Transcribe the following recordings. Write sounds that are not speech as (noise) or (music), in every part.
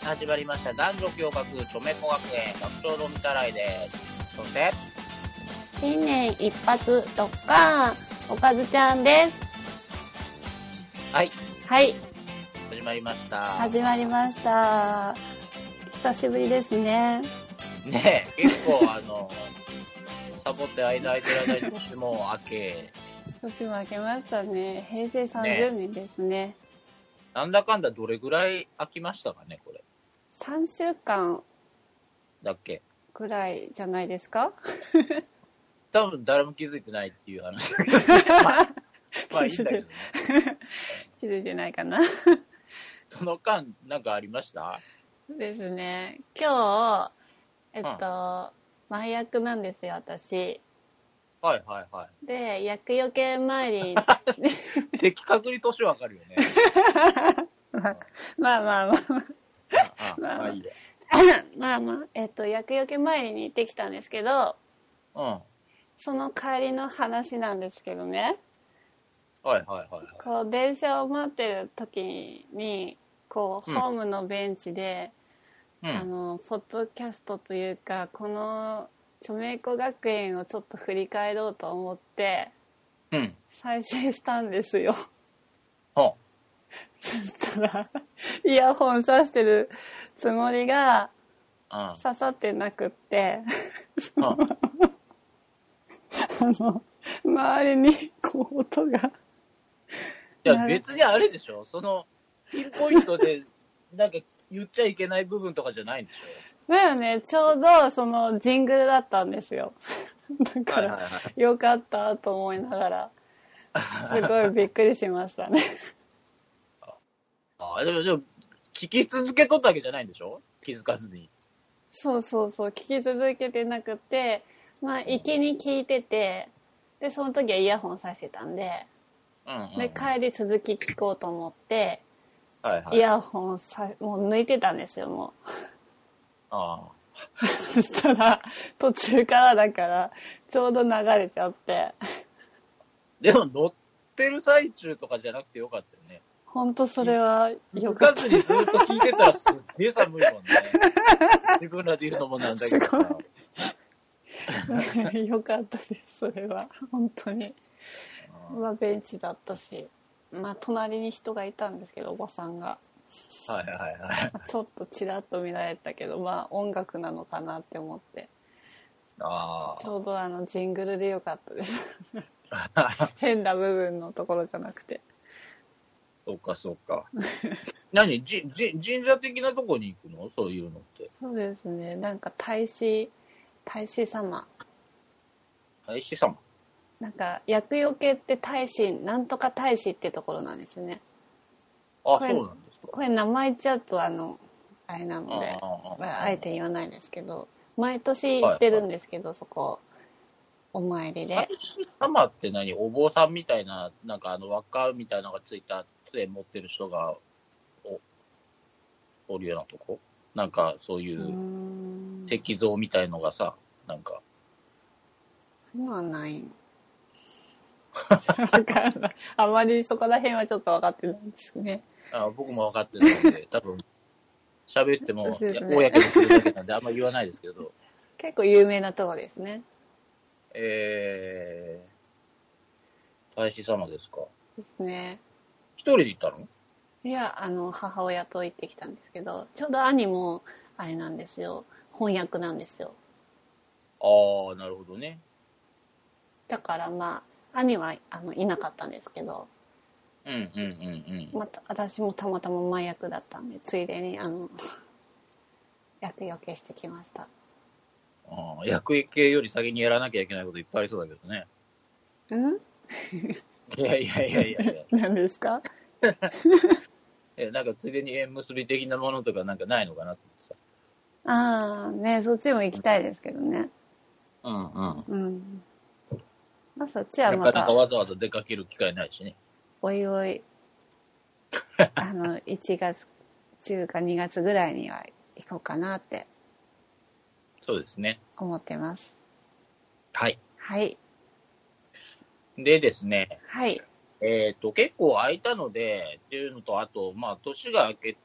始まりました男女共学ちょめこ学園学長のみたらいですそして新年一発とか、おかずちゃんです。はいはい、始まりました始まりました。久しぶりですね。ねえ結構あのサボって間空いてる間に年も明け年も明けましたね。平成ね30年ですね。なんだかんだどれぐらい空きましたかねこれ3週間だっけぐらいじゃないですか多分誰も気づいてないってい (laughs) う話まあいいんだけどね気づいてないかな。その間なんかありましたですね。今日、えっと、麻薬なんですよ、私。はいはいはで、薬除け参り。い的確に年わかる (laughs) よねまあまあまあまあ。ああまあいいや (laughs) まあまあ、えっと、薬除け参りに行ってきたんですけど、うんはその帰りの話なんですけどね。いはいはいはいこう、電車を待ってる時に、こう、うんホームのベンチで、うあん、の、ポッドキャストというか、この、著名湖学園をちょっと振り返ろうと思って、うん、再生したんですよ。 (laughs) ほそしたら、イヤホン挿してるつもりが、う、うん、刺さってなくって、うん、あの、周りに、こう、音が。いや、別にあれでしょその、ピンポイントで、なんか言っちゃいけない部分とかじゃないんでしだよね、ちょうど、その、ジングルだったんですよ。だょから、いはい。よかったと思いながら、すごいびっくりしましたね。ああ、でも、でも、聞き続けとったわけじゃないんでしょ気づかずに。そうそうそう、聞き続けてなくて、まあ、行きに聞いてて、で、その時はイヤホンさしてたんで、うん、うん。で、帰り続き聞こうと思って、はいはい。イヤホンさ、もう抜いてたんですよ、もう。あそしたら、途中からだから、ちょうど流れちゃって、ーでも、乗ってる最中とかじゃなくてよかったよね。ほんとそれはよ聞かっかずにずっと聞いてたらすっげえ寒いもんね。自分らで言うのもなんだけどすさ。た。よかったです、それは。本当に。うんまあ、ベンチだったし、まあ、隣に人がいたんですけど、おばさんが。はいはいはい。ちょっとちらっと見られたけど、まあ、音楽なのかなって思って。あちょうどあの、ジングルでよかったです。あ。変な部分のところじゃなくて。そうか、そう (laughs) か。何じじ神社的なとこに行くのそういうのって。そうですね。なんか、大使、大使様。大師様。なんか、厄除けって大使、なんとか大使ってところなんですよね。あ、こそれうなんですか。これ名前言っちゃうと、あの、あれなので、あまあ、あえて言わないですけど、毎年行ってるんですけど、そこ、お参りで大。師様って何お坊さんみたいな、なんかあの輪っかみたいなのがついた杖持ってる人がおおるようなとこなんかそういうー。うん石像みたいのがさ、なんか。今はない。わからない。あまりそこら辺はちょっと分かってないですね。あ僕も分かってないんで、多分喋ってそも、うですね公にするだけなんで、あんま言わないですけど。結構有名なとこですね。えー、大師様ですか。ですね。一人で行ったのいや、あの、母親と行ってきたんですけど、ちょうど兄も、あれなんですよ。翻訳なんですよ。ああ、なるほどね。だからまあ、兄は、あの、いなかったんですけど、うんうんうんうん。また、私もたまたま麻薬だったんで、ついでに、あの、 (laughs) 厄除けしてきました。ああ役員系より先にやらなきゃいけないこといっぱいありそうだけどね。んいやいやいやいやいや何ですか (laughs) え。なんかついでに縁結び的なものとかなんかないのかなってさ。ああ、ね、そっちも行きたいですけどね。うんうん。うん。まあ、そっちはなまかなたか、わざわざ出かける機会ないしね。おいお (laughs) い、あの、1月、中か2月ぐらいには行こうかなってそうですね。思ってます。はい。はい。でですね、はい。えっ、と、結構空いたので、っていうのと、あと、まあ、年が明けし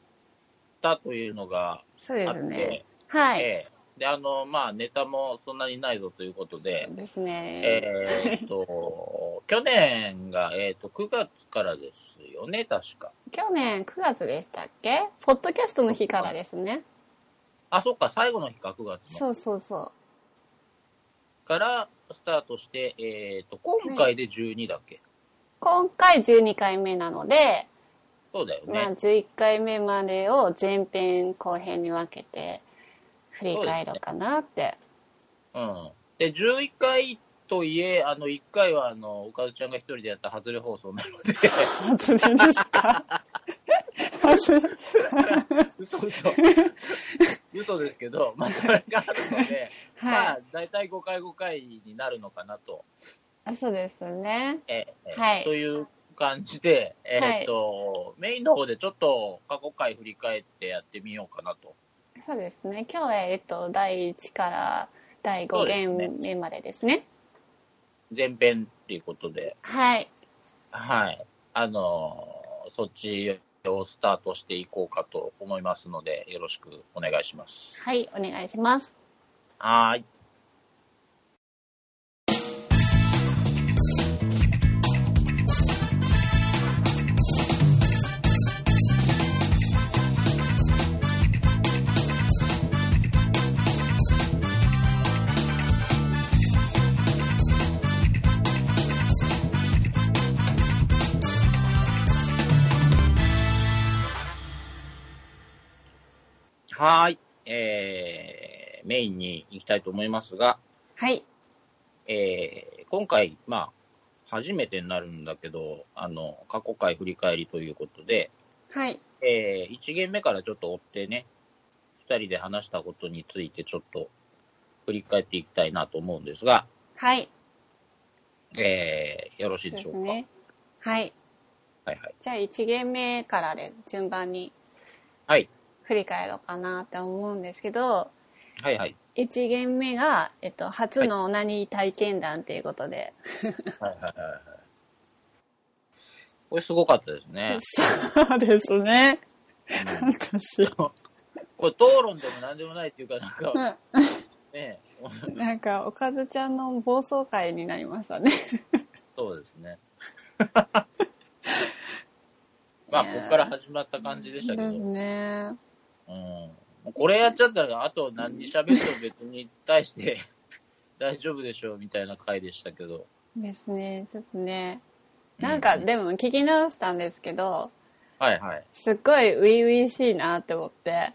たというのがそうであすって、ね。はい。ええで、あの、まあ、ネタもそんなにないぞということで、ですね。えーっと、 (laughs) 去年が、えーっと、9月からですよね、確か。去年9月でしたっけポッドキャストの日からですね。あ、そっか、最後の日か、9月の。そうそうそからスタートして、えーっと、今回で12だっけ、う。今回12回目なので、そうだよまあね。 11回目までを前編後編に分けて振り返ろうかなって。うん。で、11回といえ、あの、1回は、あの、おかずちゃんが一人でやった外れ放送なので、初音ですか初音 (laughs) 嘘嘘。嘘ですけど、まあ、それがあるので、(laughs) まはいあ、大体5回5回になるのかなと。あ。そうですね。ええはいという感じで、えーっと、メインの方でちょっと過去回振り返ってやってみようかなと。そうですね。今日は、えっと、第1から第そ5うですね限目までですね。前編っていうことで、はい。はい。あのーそっちをスタートしていこうかと思いますので、よろしくお願いします。はい、お願いします。はーい。はーい。えーメインに行きたいと思いますが、はい。えー今回、まあ、初めてになるんだけど、あの、過去回振り返りということで、はい。え1限目からちょっと追ってね、2人で話したことについてちょっと振り返っていきたいなと思うんですが、はい。えーよろしいそうででしょすうか。ね。はい。はいはい。じゃあ、1ゲーム目からで順番にはい。振り返ろうかなって思うんですけど、はいはい。 1ゲーム目が、えっと、初のオナニー体験談ということで。。はいはいはいはい。これすごかったですねそうですね。うん私も。これ討論でも何でもないっていうか、なんかうんね、なんか、おかずちゃんの暴走会になりましたね。そうですね。 (laughs) いまあ、こやーこから始まった感じでしたけど、ですうん、ね。もうこれやっちゃったら、あと何に喋っても別に対して (laughs) 大丈夫でしょうみたいな回でしたけど。ですね。ちょっとね。なんか、うでも聞き直したんですけど、はいはい。すっごい初々しいなって思って。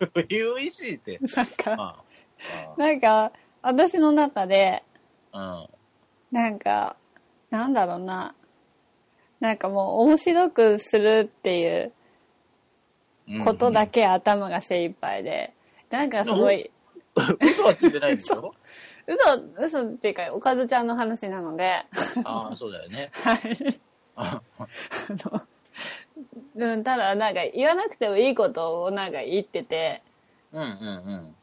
UEC って、なんか、まあなんか、私の中で、まあ、なんか、なんだろうな。なんかもう面白くするっていううん。ことだけ頭が精一杯で。なんかすごい、け。嘘はついてないんで (laughs) しょ嘘、嘘っていうか、おかずちゃんの話なので、ああ、そうだよね。 (laughs) はい。ああの、うん、ただなんか言わなくてもいいことをなんか言ってて、うんうん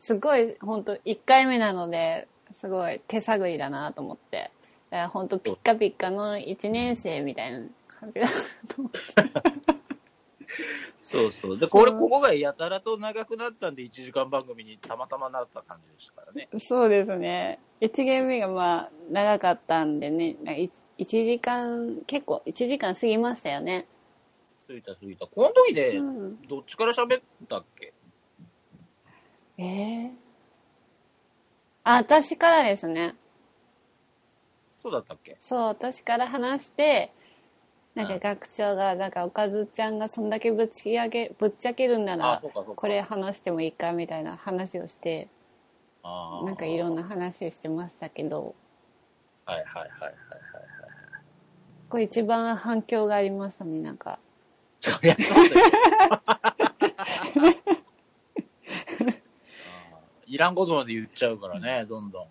すごい、本当1回目なので、すごい手探りだなと思って。だから本当ピッカピッカの1年生みたいな感じだなと思って。うん。そうそう。で、これ、ここがやたらと長くなったんで、1時間番組にたまたまなった感じでしたからね。そうですね。1ゲーム目がまあ長かったんでね、なんかい1時間、結構1時間過ぎましたよね。過ぎた過ぎた。この時で、うん、どっちから喋ったっけええあ、私からですね。そうだったっけそう、私から話して、なんうかん学長が、なんかおかずちゃんがそんだけぶち上げ、ぶっちゃけるんなあら、そうかそうか。これ話してもいいかみたいな話をして、あーなんかいろんな。話してましたけど、はいはいはいはいはい。これ一番反響がありましたね、なんか。そりゃそう (laughs) だよ。あーいらんことまで言っちゃうからね、どんど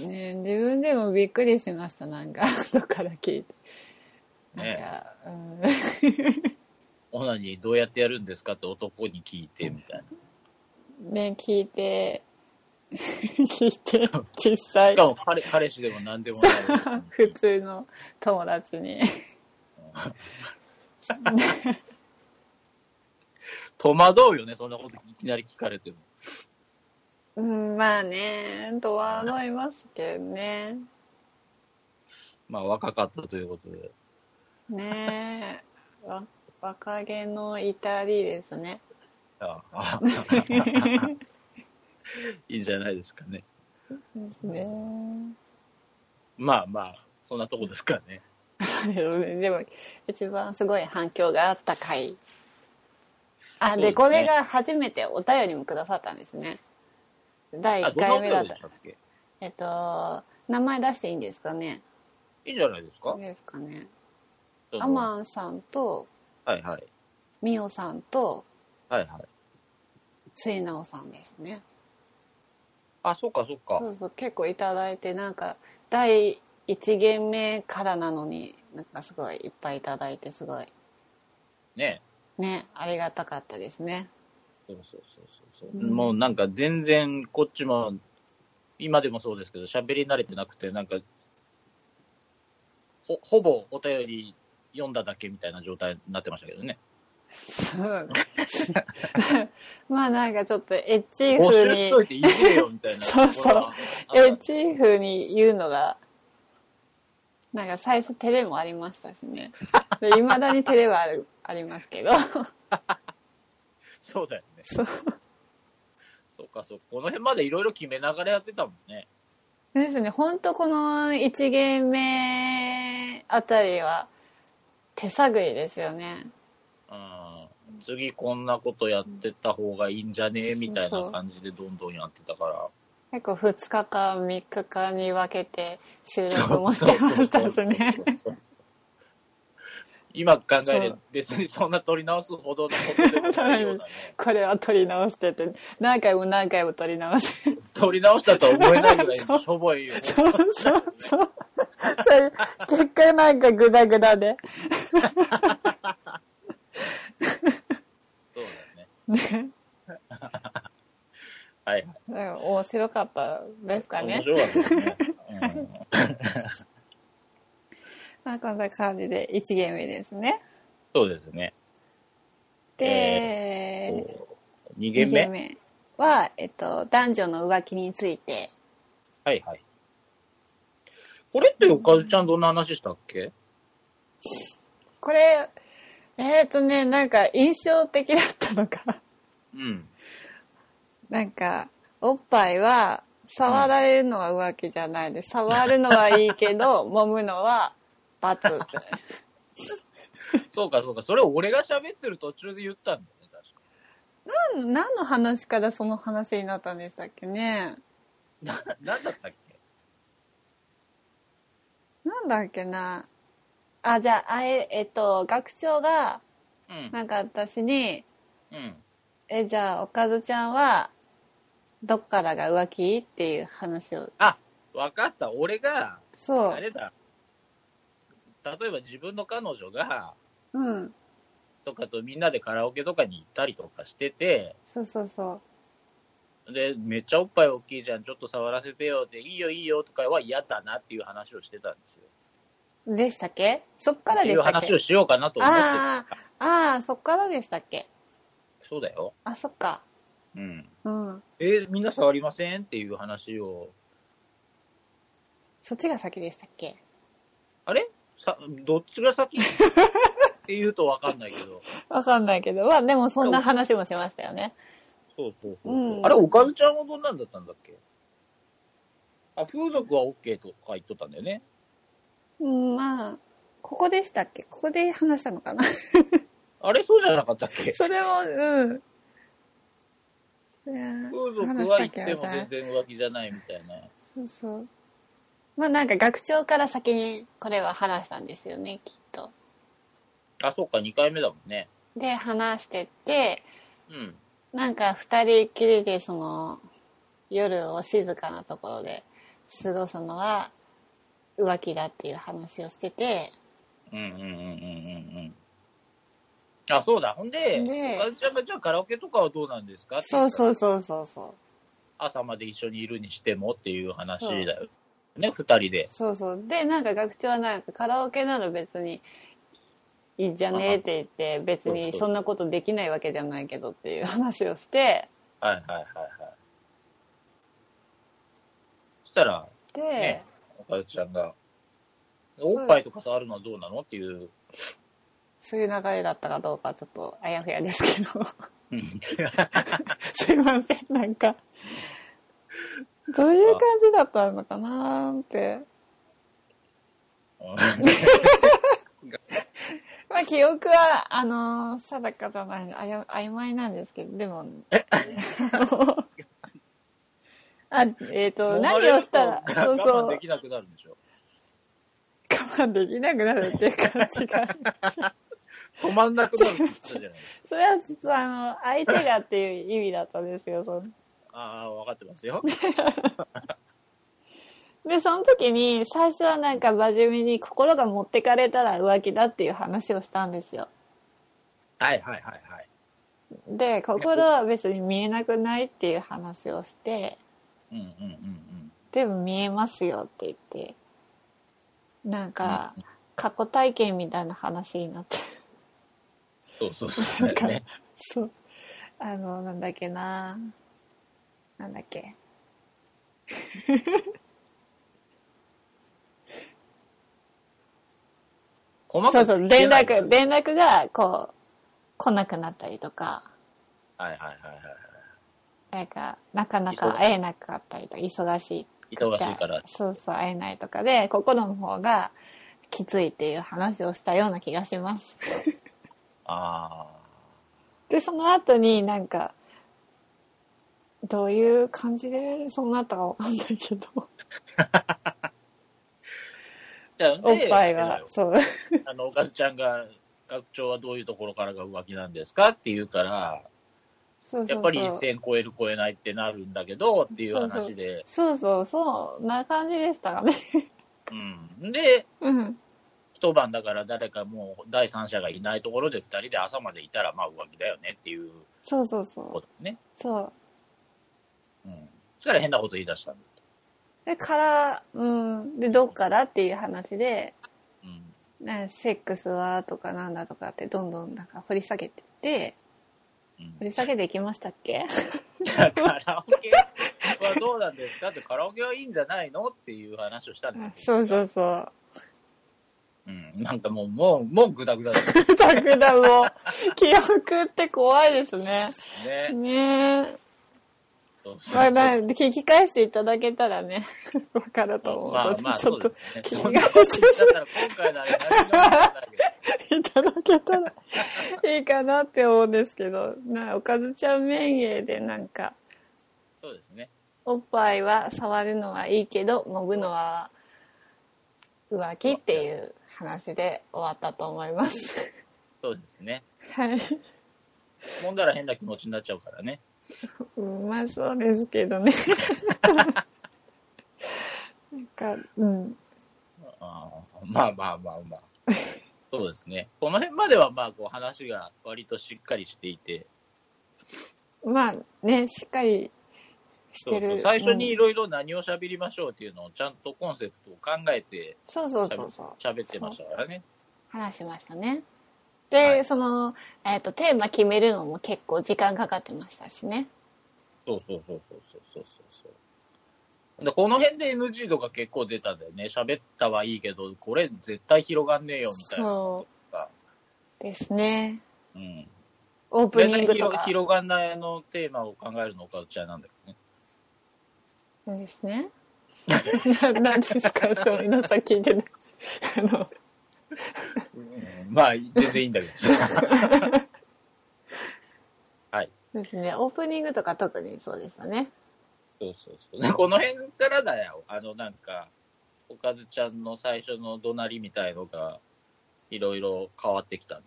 ん。ねえ自分でもびっくりしましたなんか (laughs) 後から聞いてなんねか、うん、 (laughs) オナニーどうやってやるんですかって男に聞いてみ (laughs) たいな。ね聞いて (laughs) 聞いて実際しかも彼彼氏でも何でもない。普通の友達にうん戸惑うよね、そんなこといきなり聞かれても。 (laughs) うん、まあね、とは思いますけどね。まあ、若かったということで。ねえ。わ若気の至りですね。ああいいんじゃないですかね。ねまあまあ、そんなとこですからね。え。でも、一番すごい反響があった回。あ、そうで、ですねこれが初めてお便りもくださったんですね。第あ1どんな回目だっお便りでしたた。っけえっと、名前出していいんですかねいいんじゃないですかいいですかね。そのアマンさんと、はいはい。ミオさんと、はいはい。末直さんですね。あ、そっかそっか。そうそう結構いただいてなんか第1限目からなのになんかすごいいっぱいいただいてすごいね。ねありがたかったですねそうそうそうそう。うんもうなんか全然こっちも、今でもそうですけど、喋り慣れてなくて、なんか、ほ、ほぼお便り読んだだけみたいな状態になってましたけどね。そう (laughs) まあなんかちょっとエッチ募風集しといにていじれよみた (laughs) いな。そうそうところはあエっッチ風に言うのがなんか最初照れもありましたしねいまだに照れはあるありますけど (laughs) たそうだよね。そうそうかそうか。この辺までいろいろ決めながらやってたもんね。ですね、本当この1ゲーム目あたりは手探りですよね。うん。次こんなことやってった方がいいんじゃねえみたいな感じでどんどんやってたから。結構2日か3日かに分けて収録そうもしそうてそまうしたしね。今考えそればう別にそんな取り直すほどのことでもないようなね。これは撮り直してって、何回も何回も撮り直して。取り直したとは思えないぐらいしょぼいよ。そうそうそう。それ結果なんかグダグダで。そうだよね。ね。はい。なんか面白かったですか面ね。白かったですね。うんまあこんな感じで1ゲーム目ですね。そうですね。で、 2 2軒目件目は、えっと、男女の浮気についてはいはい。これっておかずちゃんどんな話したっけこれえっ、とねなんか印象的だったのがうん。 (laughs) なんかおっぱいは触られるのは浮気じゃ (laughs) ないで、触るのはいいけど揉むのは罰ってそうかそうか。それ俺が喋ってる途中で言ったんだよね、確か。何何の話からその話になったんでしたっけねな、なんだったっけなんだっけなあじゃああええっと学長がうん。なんか私にうん。えじゃあおかずちゃんはどっからが浮気っていう話をわかった。俺が、そあうれだ。例えば自分の彼女が、うんとかとみんなでカラオケとかに行ったりとかしてて、そうそうそで、めっちゃおっぱい大きいじゃん、ちょっと触らせてよって、いいよいいよとかは嫌だなっていう話をしてたんですよ。うでしたっけそっからってでいしうたっ話けをしようかなと思ってあーあーそっからでしたっけそうだよ。あそっかうん。うんえーみんな触りませんっていう話を、そっちが先でしたっけあれさどっちが先って言うとわかんないけど。わかんないけどまあでもそんな話もしましたよねそうそうそう。うんあれ、おかずちゃんはどんなんだったんだっけあ、風俗は OK とか言っとったんだよね。うんまあここでしたっけここで話したのかなあれ、そうじゃなかったっ (laughs) けそれもうんいやー風俗話しはた行っっけても忘れ全然浮気じゃないみたいな。そうそう。まあなんか学長から先にこれは話したんですよね、きっと。あ、そうか、2回目だもんね。で、話してって、うん。なんか二人きりでその、夜を静かなところで過ごすのは浮気だっていう話をしてて、うんうんうんうんうんうん。あ、そうだ。ほんで、でおかずちゃんがじゃあカラオケとかはどうなんですかって言そっうたらそうそうそうそう。朝まで一緒にいるにしてもっていう話だよ。ね、二人で。そうそう。で、なんか学長はなんかカラオケなら別にいいんじゃねえって言って別にそんなことできないわけじゃないけどっていう話をしてはいはいはいはい。そしたら、で、ねおかゆちゃんが、そうおっぱいとか触るのはどうなのっていう。そういう流れだったかどうかちょっとあやふやですけ (laughs) どうんすいませんなんかどういう感じだったのかなーってまあ記憶はあのー定かじゃないあや曖昧なんですけどでも (laughs) あえっ、と何をしたら飲まれそるうとそ我慢うできなくなるんでしょ。我慢できなくなるっていう感じ (laughs) が。止まんなくなるって言ってたじゃない。それは、ちょっとあの、相手がっていう意味だったんですよ。そのああ、分かってます (laughs) よ。で、その時に、最初はなんか真面目に心が持ってかれたら浮気だっていう話をしたんですよ。はいはいはいはい。で、心は別に見えなくないっていう話をして、うんうんうんうん。でも見えますよって言って、なんか、過去体験みたいな話になって。そうそうそう。だよね。そう。あの、なんだっけななんだっけ。細そうかそくう、聞け連ないから絡、連絡が、こう、来なくなったりとか、はいはいはいはいはい。なんか、なかなか忙しい会えなかったりとか、忙しい忙しいから。そうそう、会えないとかで、心の方がきついっていう話をしたような気がします。あで、その後になんか、どういう感じでそうなったかわかんないけど、あ。じゃあ、でおっぱいあれだはよ、そう。あの、おかずちゃんが、学長はどういうところからが浮気なんですかって言うから、そうそうそうやっぱり1000超える超えないってなるんだけどっていう話で、そうそう、そんな感じでしたかね。うん。で、うん。一晩だから誰かもう第三者がいないところで二人で朝までいたら、まあ浮気だよねっていうそうそうこそとね。う。そう。うん。そしたら変なこと言い出したんだ。で、から、うん、で、どっからっていう話で、うん。ね、セックスはとかなんだとかってどんどんなんか掘り下げてって、うん (laughs) 掘り下げていきましたっ (laughs) けじゃあカラオケはどうなんですかってカラオケはいいんじゃないのっていう話をしたんですそうそうそう。よ。うん。なんかもう、もう、もうグダグダですグダグダ (laughs) も、記憶って怖いですね。ね。ねえ。そうそうまあ、な聞き返していただけたらね、 (laughs) わかると思うまのあで、まあ、ちょそっうとですね。気そにんなこと言っちゃったら今回のあれ (laughs) 何もないけど。いただけたら (laughs) いいかなって思うんですけど、なおかずちゃん名芸でなんか、そうですね。おっぱいは触るのはいいけど揉ぐのは浮気っていう話で終わったと思い (laughs) ます。そうですね。はい。揉んだら変な気持ちになっちゃうからね。うまそうですけどね。 (laughs) なんか、うん。あーまあまあまあ (laughs) まあ。そうですね。この辺まではまあ、こう話が割としっかりしていて、まあね、しっかりしそてうそうる。最初にいうんろいろ何を喋りましょうっていうのをちゃんとコンセプトを考えてそうそうそうそう。喋ってましたからね。話しましたね。で、はいその、えっ、と、テーマ決めるのも結構時間かかってましたしね。そうそうそうそうそうそうそうそう。で、この辺で NG とか結構出たんだよね。喋ったはいいけど、これ絶対広がんねえよみたいな。そうですね。うん。オープ絶ニン対グとか広広がんないあのテーマを考えるのがうちはなんだけどね。そうですね。 (laughs) ななんですか、 (laughs) そう皆さん聞いてない。あの、うんまあ、全然いいんだけど。ですね、オープニングとか特にそうでしたね。そうそうそう。 (laughs) でこの辺からだよ。あの、なんか、おかずちゃんの最初の怒鳴りみたいのが、いろいろ変わってきた。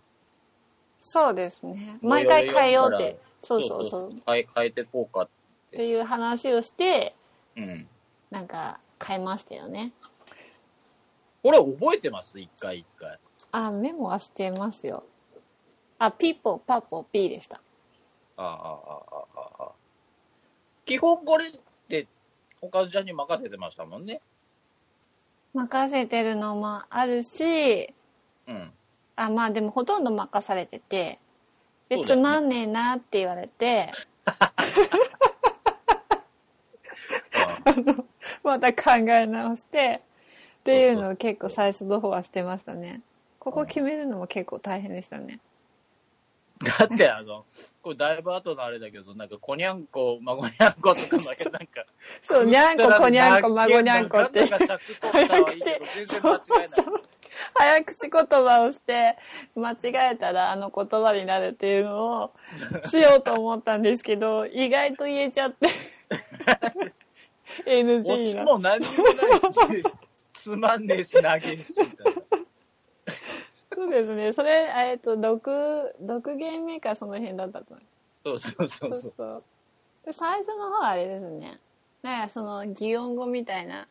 そうですね。毎回変えようっいろいろやるてか、そうそうそう。っ変え、変えてこうか。ていう話をして、うん。なんか変えましたよね。これ覚えてます一回一回。あ、メモはしてますよ。あ、ピポ、パポ、ピーでした。ああ、ああ、ああ、ああ。基本これって、おかずちゃんに任せてましたもんね。任せてるのもあるし、うん。 (laughs) あまあでもほとんど任されててで、そうつだよねまんねえなって言われてまた考え直してっていうのを結構最初の方はしてましたねここ決めるのも結構大変でしたねだってあの、これだいぶ後のあれだけど、なんか、こにゃんこ、まごにゃんことかまで、なんか、そうにゃんここにゃんこまごにゃんこってなんか着取ったはいいけど全然間違えない。早口言葉をして間違えたらあの言葉になるっていうのをしようと思ったんですけど意外と言えちゃって (laughs) こっ NG ちなも何にもないし、つまんねえし、投げんし、みたいな。そうですねそれえっと6六ゲーム目かその辺だったと思そうそうそううそそうう。そうで最初の方はあれですねなんかその擬音語みたいな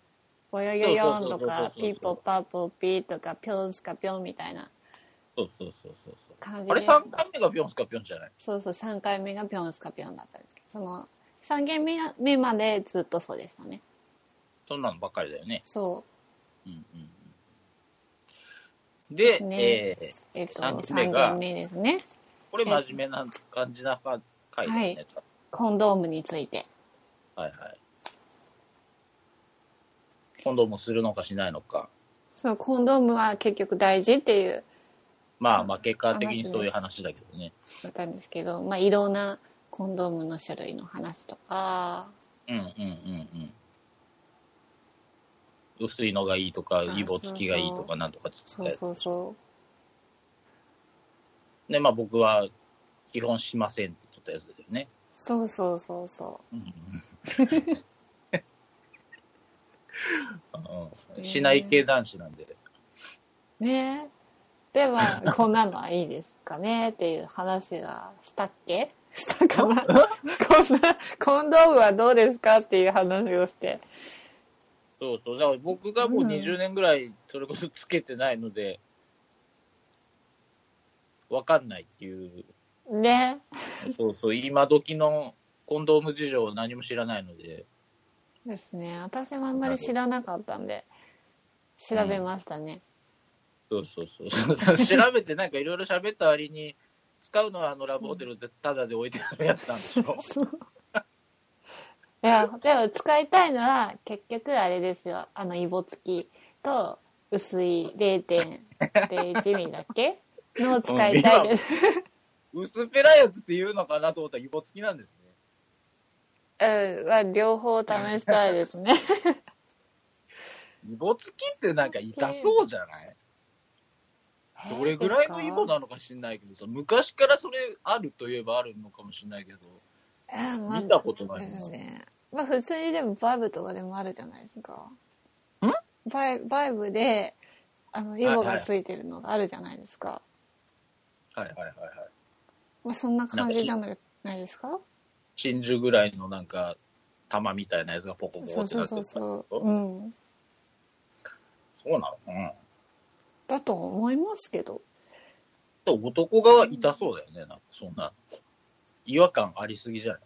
「ぼよよよん」とか「そうそうそうそうそうピッポパッポピ」とか「ぴょんすかぴょん」みたいなそうそうそうそうそう。感じで (laughs) あれ、3回目がピョンスかピョンじゃないそうそう、3回目がピョンスカピョンだったんですけど、その、3軒目が目までずっとそうでしたね。そんなのばっかりだよね。そうんうんうん。でで、すねえーう、えっと、三3軒目が軒目ですね。これ真面目な感じな回だよね。コンドームについて。はいはい。今度もするのかしないのか。そう、コンドームは結局大事っていう、まあうんまあ結果的にそういう話だけどね。だったんですけど、まあ、いろんなコンドームの種類の話とか、うんうんうんうん。薄いのがいいとか、あイボ付きがいいとか、なんとかつってたそうやつそうそで、まあ僕は、基本しませんって言ったやつだよね。う。そうそうそうそうんうんうんしない系男子なんで。う。ねでは、こんなのはいいですかねっていう話はしたっけしたかなこんな、コンドームはどうですかっていう話をして。そうそう。だから僕がもううん20年ぐらい、それこそつけてないので、わかんないっていう、ね。そうそう、今時のコンドーム事情を何も知らないので、ですね。私もあんまり知らなかったんで、調べましたね。そうそうそうそう。 (laughs) 調べてなんかいろいろ喋った割に、使うのはあのラブホテルでタダで置いてあるやつなんでし (laughs) ょいや、でも使いたいのは、結局あれですよ。あの、イボ付きと、薄い0.01ミリだっ (laughs) けのを使いたいです。薄っぺらいやつって言うのかなと思ったら、イボ付きなんですね。うん、は両方試したいですね。イボ付きってなんか痛そうじゃない (laughs) どれぐらいのイボ (laughs) なのか知んないけどさ、昔からそれあるといえばあるのかもしれないけど、あまあ見たことないですな。ね。まあ普通にでもバイブとかでもあるじゃないですか。バイバイブで、あの、イボがついてるのがあるじゃないですか。はいはいはいはい。まあそんな感じじゃなないですか真珠ぐらいのなんか、玉みたいなやつがポコポそコうってそなうってそるうそ。そううん。うなのうん。だと思いますけど。でも男側は痛そうだよね、なんかそんな。違和感ありすぎじゃない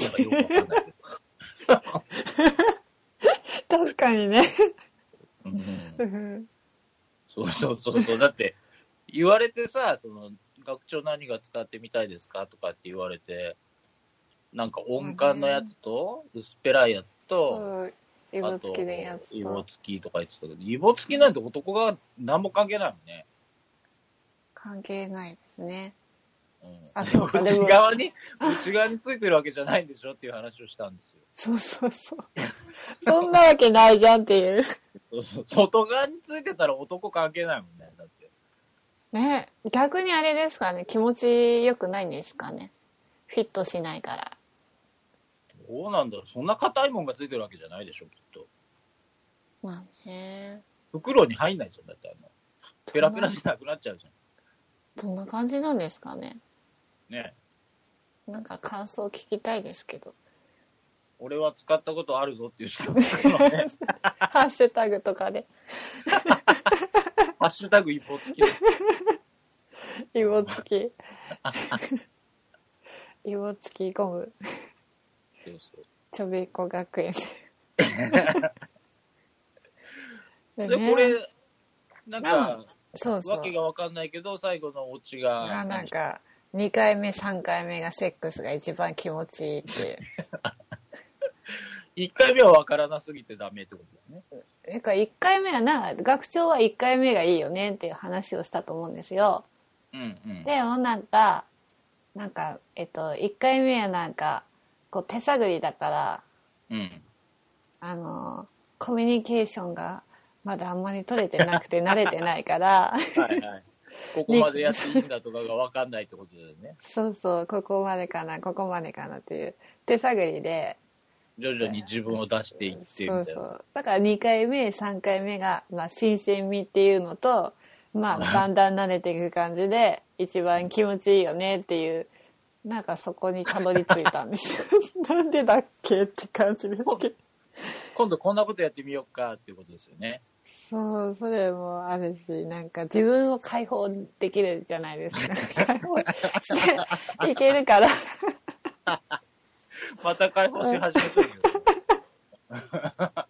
なんかよくわかんないけど。確かにね。うんうんそうそうそうそう。だって、言われてさ、その、学長何が使ってみたいですかとかって言われて、なんか音感のやつと、薄っぺらいやつと、そう。イボ付きでやつイとボ付きとか言ってたけど、イボ付きなんて男が何も関係ないもんね。関係ないですね。うん、あそうか内でも側に、内側についてるわけじゃないんでしょっていう話をしたんですよ。そうそうそう。そんなわけないじゃんっていう。そうそう (laughs) 外側についてたら男関係ないもんね。だって。ね逆にあれですかね気持ちよくないんですかねフィットしないからどうなんだろう。そんな硬いもんがついてるわけじゃないでしょ、きっと。まあね袋に入んないじゃん。だってあの、ペラペラどんじゃなくなっちゃうじゃん。などんな感じなんですかねねなんか感想聞きたいですけど俺は使ったことあるぞっていう人もいる (laughs) のねハッシュタグとかでハッシュタグ一方付きで「イボつ (laughs) き」「イボつきゴムそうそうちょびっ (laughs) こ学園」ででこれなんか、そうそわうけ。がわかんないけど、最後のオチあが、なんか、2回目、3回目がセックスが一番気持ちいいって。 1回目はわからなすぎてダメってことだよね。 (laughs) なんか1回目はな、学長は1回目がいいよねっていう話をしたと思うんですよ。うんうん。で、もうなんか、なんか、えっと、1回目はなんか、こう手探りだから、うん。あの、コミュニケーションがまだあんまり取れてなくて慣れてないから、はいはい。ここまでやっていいんだとかがわかんないってことだよね。そうそう、ここまでかな、ここまでかなっていう手探りで、徐々に自分を出していってみそうたいそな。うだから2回目3回目が、まあ、新鮮味っていうのとまあだんだん慣れていく感じで一番気持ちいいよねっていうなんかそこにたどり着いたんですよ (laughs) なんでだっけって感じですけど今度こんなことやってみようかっていうことですよ (laughs) ね。そうそれもあるしなんか自分を解放できるじゃないですか解放していけるからまた解放し始めてるよ。あ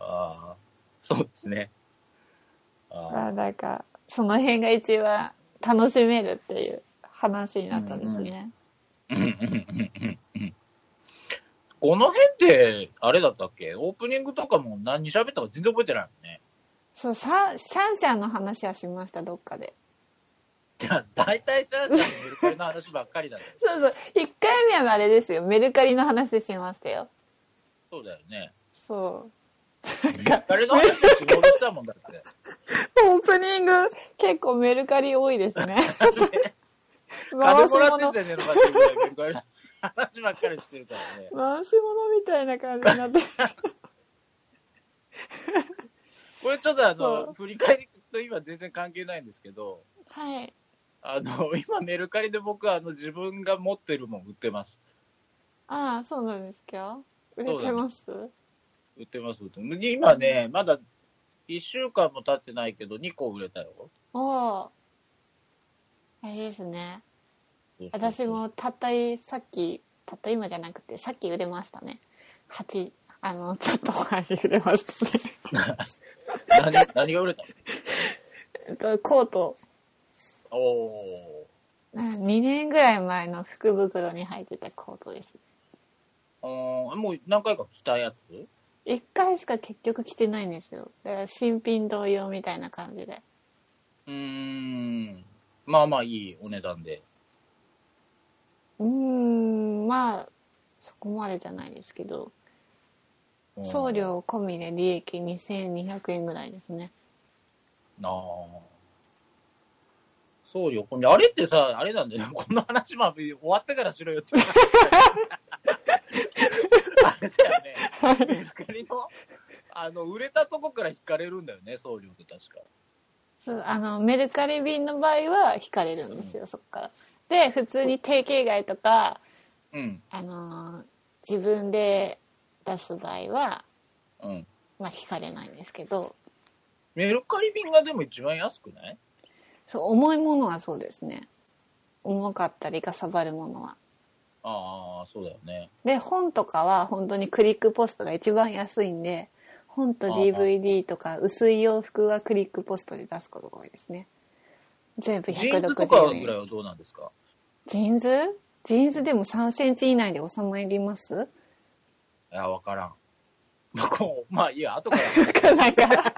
あ、そうですね。まああなんかその辺が一番楽しめるっていう話になったんですね、あ、うんうんうんうんうんこの辺って、あれだったっけオープニングとかも何喋ったか全然覚えてないもんね。 (laughs) そうさシャンシャンの話はしましたどっかでじゃあ、大体シャンシャンのメルカリの話ばっかりだね。そうそう1回目はあれですよメルカリの話しましたよそうだよね。そうあれの話しもろたもんだ (laughs) って。オープニング結構メルカリ多いです (laughs) ね金回しもらって物んじゃねえのかっていうぐらいメルカリの話ばっかりしてるからね。回し物みたいな感じに (laughs) なってこれちょっとあその、う振り返りと今全然関係ないんですけど、はい (laughs) あの、今メルカリで僕はあの自分が持ってるもん売ってます。ああそうなんですか売れてます、売ってます。売ってます今ね、まだ1週間も経ってないけど、2個売れたよ。おおあれですね私。もたったいさっきたった今じゃなくてさっき売れましたね8あ (laughs) のちょっと前に売れましたね何何が売れたえっとコートのお2年ぐらい前の福袋に入ってたコートですー。あーもう何回か着たやつ1回しか結局着てないんですよだから新品同様みたいな感じでうーん。まあまあいいお値段で。うーんまあそこまでじゃないですけどうん送。料込みで利益2200円ぐらいですねああ。送料込み。あれってさ、あれなんだよ。この話、まあ、終わってからしろよって。あれ (laughs) だよね。メルカリの、あの、売れたとこから引かれるんだよね、送料って確か。そうあのメルカリ便の場合は引かれるんですよ、そっからで普通に定型外とか、うん。あのー自分で出す場合は、うん。まあ、引かれないんですけどメルカリ便がでも一番安くないそう重いものはそうですね重かったりかさばるものはああ、そうだよね。で本とかは本当にクリックポストが一番安いんで本とああ DVD とか薄い洋服はクリックポストで出すことが多いですね全部ジーンズとか160ぐらい円はどうなんですかジーンズジーンズでも3センチ以内で収まりますいや、わからん。まあ、こう、まあ、いいや、後から。 (laughs) なんか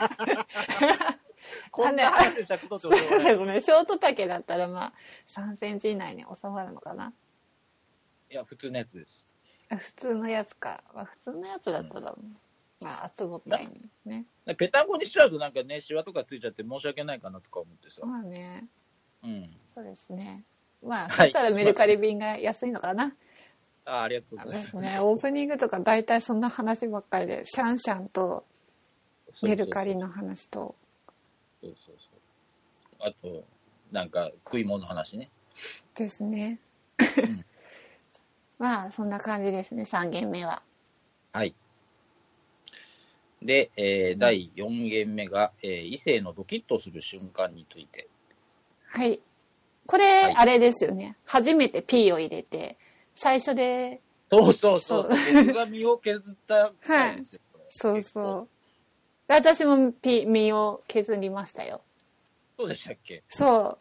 こんな話で尺取ってもしょうがない (laughs) ごめんショート丈だったらまあ3センチ以内に収まるのかないや、普通のやつです。普通のやつか、まあ、普通のやつだったら、まあ厚ぼったいんですねペタンコにしちゃうとなんかね、シワとかついちゃって申し訳ないかなとか思ってさ。まあねうん。そうですねまあ、そはいしたらメルカリ便が安いのかなあありがとうあござれいですねオープニングとか大体そんな話ばっかりでシャンシャンとます。メルカリの話とそうそうそう。あと、なんか、食い物の話ね。ですねん (laughs) まあそんな感じですね3軒目ははい。で、えー第4限目が、えー異性のドキッとする瞬間について。はいこれ、はいあれですよね初めて P を入れて最初でそうそうそう。そ僕が身を削ったは回 (laughs) いですよ。そうそう私もピ身を削りましたよ。そうでしたっけそ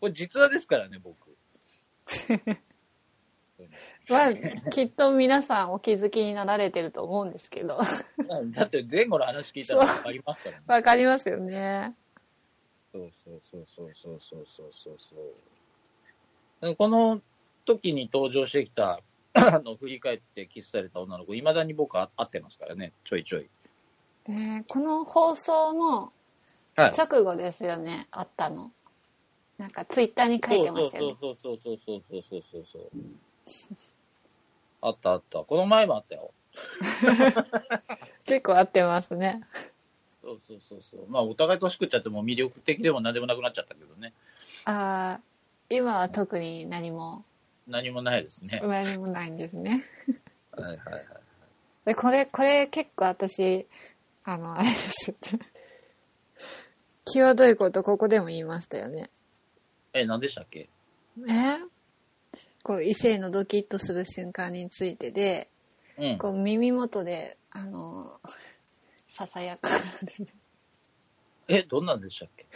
これ実話ですからね、僕。 (laughs) う。 (laughs) は、きっと皆さんお気づきになられてると思うんですけ (laughs) ど。うんだって前後の話聞いたら分かりますからね。わかりますよね。そうそうそうそうそうそうそうそうそう。この時に登場してきた、 (clears throat) あの、振り返ってキスされた女の子、いまだに僕は会ってますからね、ちょいちょい。ねこの放送のはい。直後ですよね、あったの。なんかツイッターに書いてましたよね。そうそうそうそうそうそうそうそうそう。あったあった。この前もあったよ。結構合ってますね。そうそうそうそう。まあ、お互い年食っちゃってもう魅力的でも何でもなくなっちゃったけどね。ああ、今は特に何も、何もないですね。何もないんですね。はいはいはい。で、これ、これ結構私、あの、あれです。際どいことここでも言いましたよね。え、何でしたっけえこう、異性のドキッとする瞬間についてで、うん。こう、耳元で、あの、ささやかれる。え、どんなんでしたっけ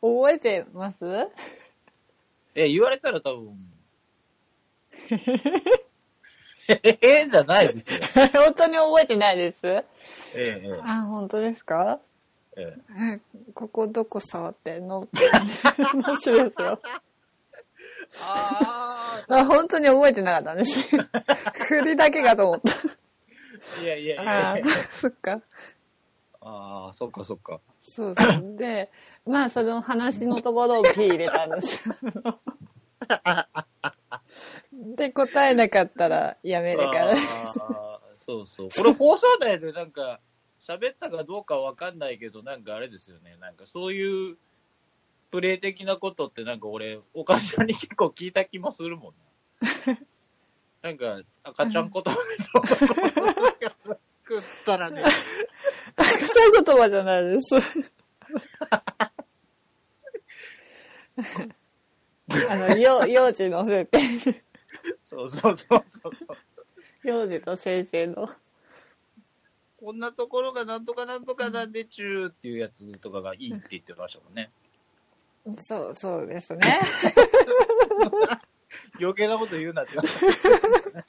覚えてますえ、言われたら多分。ええじゃないですよ。 (laughs) 本当に覚えてないですええあ、本当ですかええええ。えここどこ触ってんの (laughs) って話ですよ。ああ、本当に覚えてなかったん (laughs) です。栗だけかと思っあ、いやいやた。いやあー。 (laughs) そっか。ああ、そっかそっか。そうそう。で、 (laughs) まあその話のところを P 入れたん (laughs) ですよ。で、答えなかったらやめるから。 (laughs) あーそうそう。これ放送内でなんか、喋ったかどうかわかんないけど、なんかあれですよね。なんかそういう、プレイ的なことってなんか俺、お母さんに結構聞いた気もするもん (laughs) な。なんか、赤ちゃん言葉みたいなことが作ったらね。そういう言葉じゃない (laughs) です。あの、幼幼児の設定。そうそうそうそうそう。 (laughs) 幼児と先生の。こんなところがなんとかなんとかなんでちゅうっていうやつとかがいいって言ってましたもんね。そう、そうですね。余計なこと言うなって。 (laughs) 多分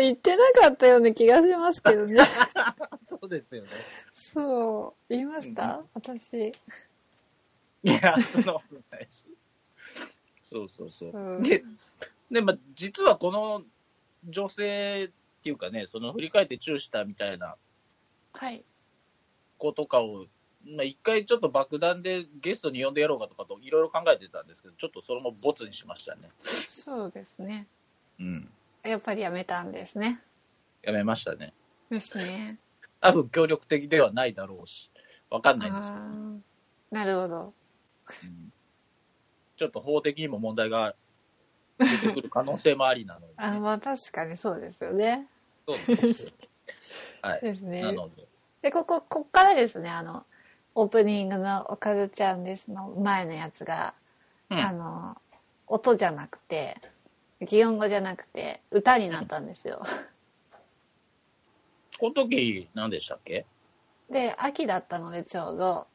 言ってなかったような気がしますけど (laughs) ね。そうですよね。そう。言いました、私。いや、そんなことないです。そうそうそうう。んで、で、まあ、実はこの女性っていうかね、その振り返ってチューしたみたいなはい。子とかを、まあ、一回ちょっと爆弾でゲストに呼んでやろうかとかといろいろ考えてたんですけど、ちょっとそれもボツにしましたね。そうですね。うん。やっぱりやめたんですね。やめましたね。ですね。 (laughs) 多分協力的ではないだろうし、わかんないですけどあーなるほど。うんちょっと法的にも問題が出てくる可能性もありなのあ、で、ね、まあ確かにそうですよね。そうなんですよ。はい。ですねな。ので、で、ここ、こっからですね、あの、オープニングのおかずちゃんですの前のやつが、うあん、の、音じゃなくて、擬音語じゃなくて、歌になったんですよ。この時何でしたっけで、秋だったのでちょうど、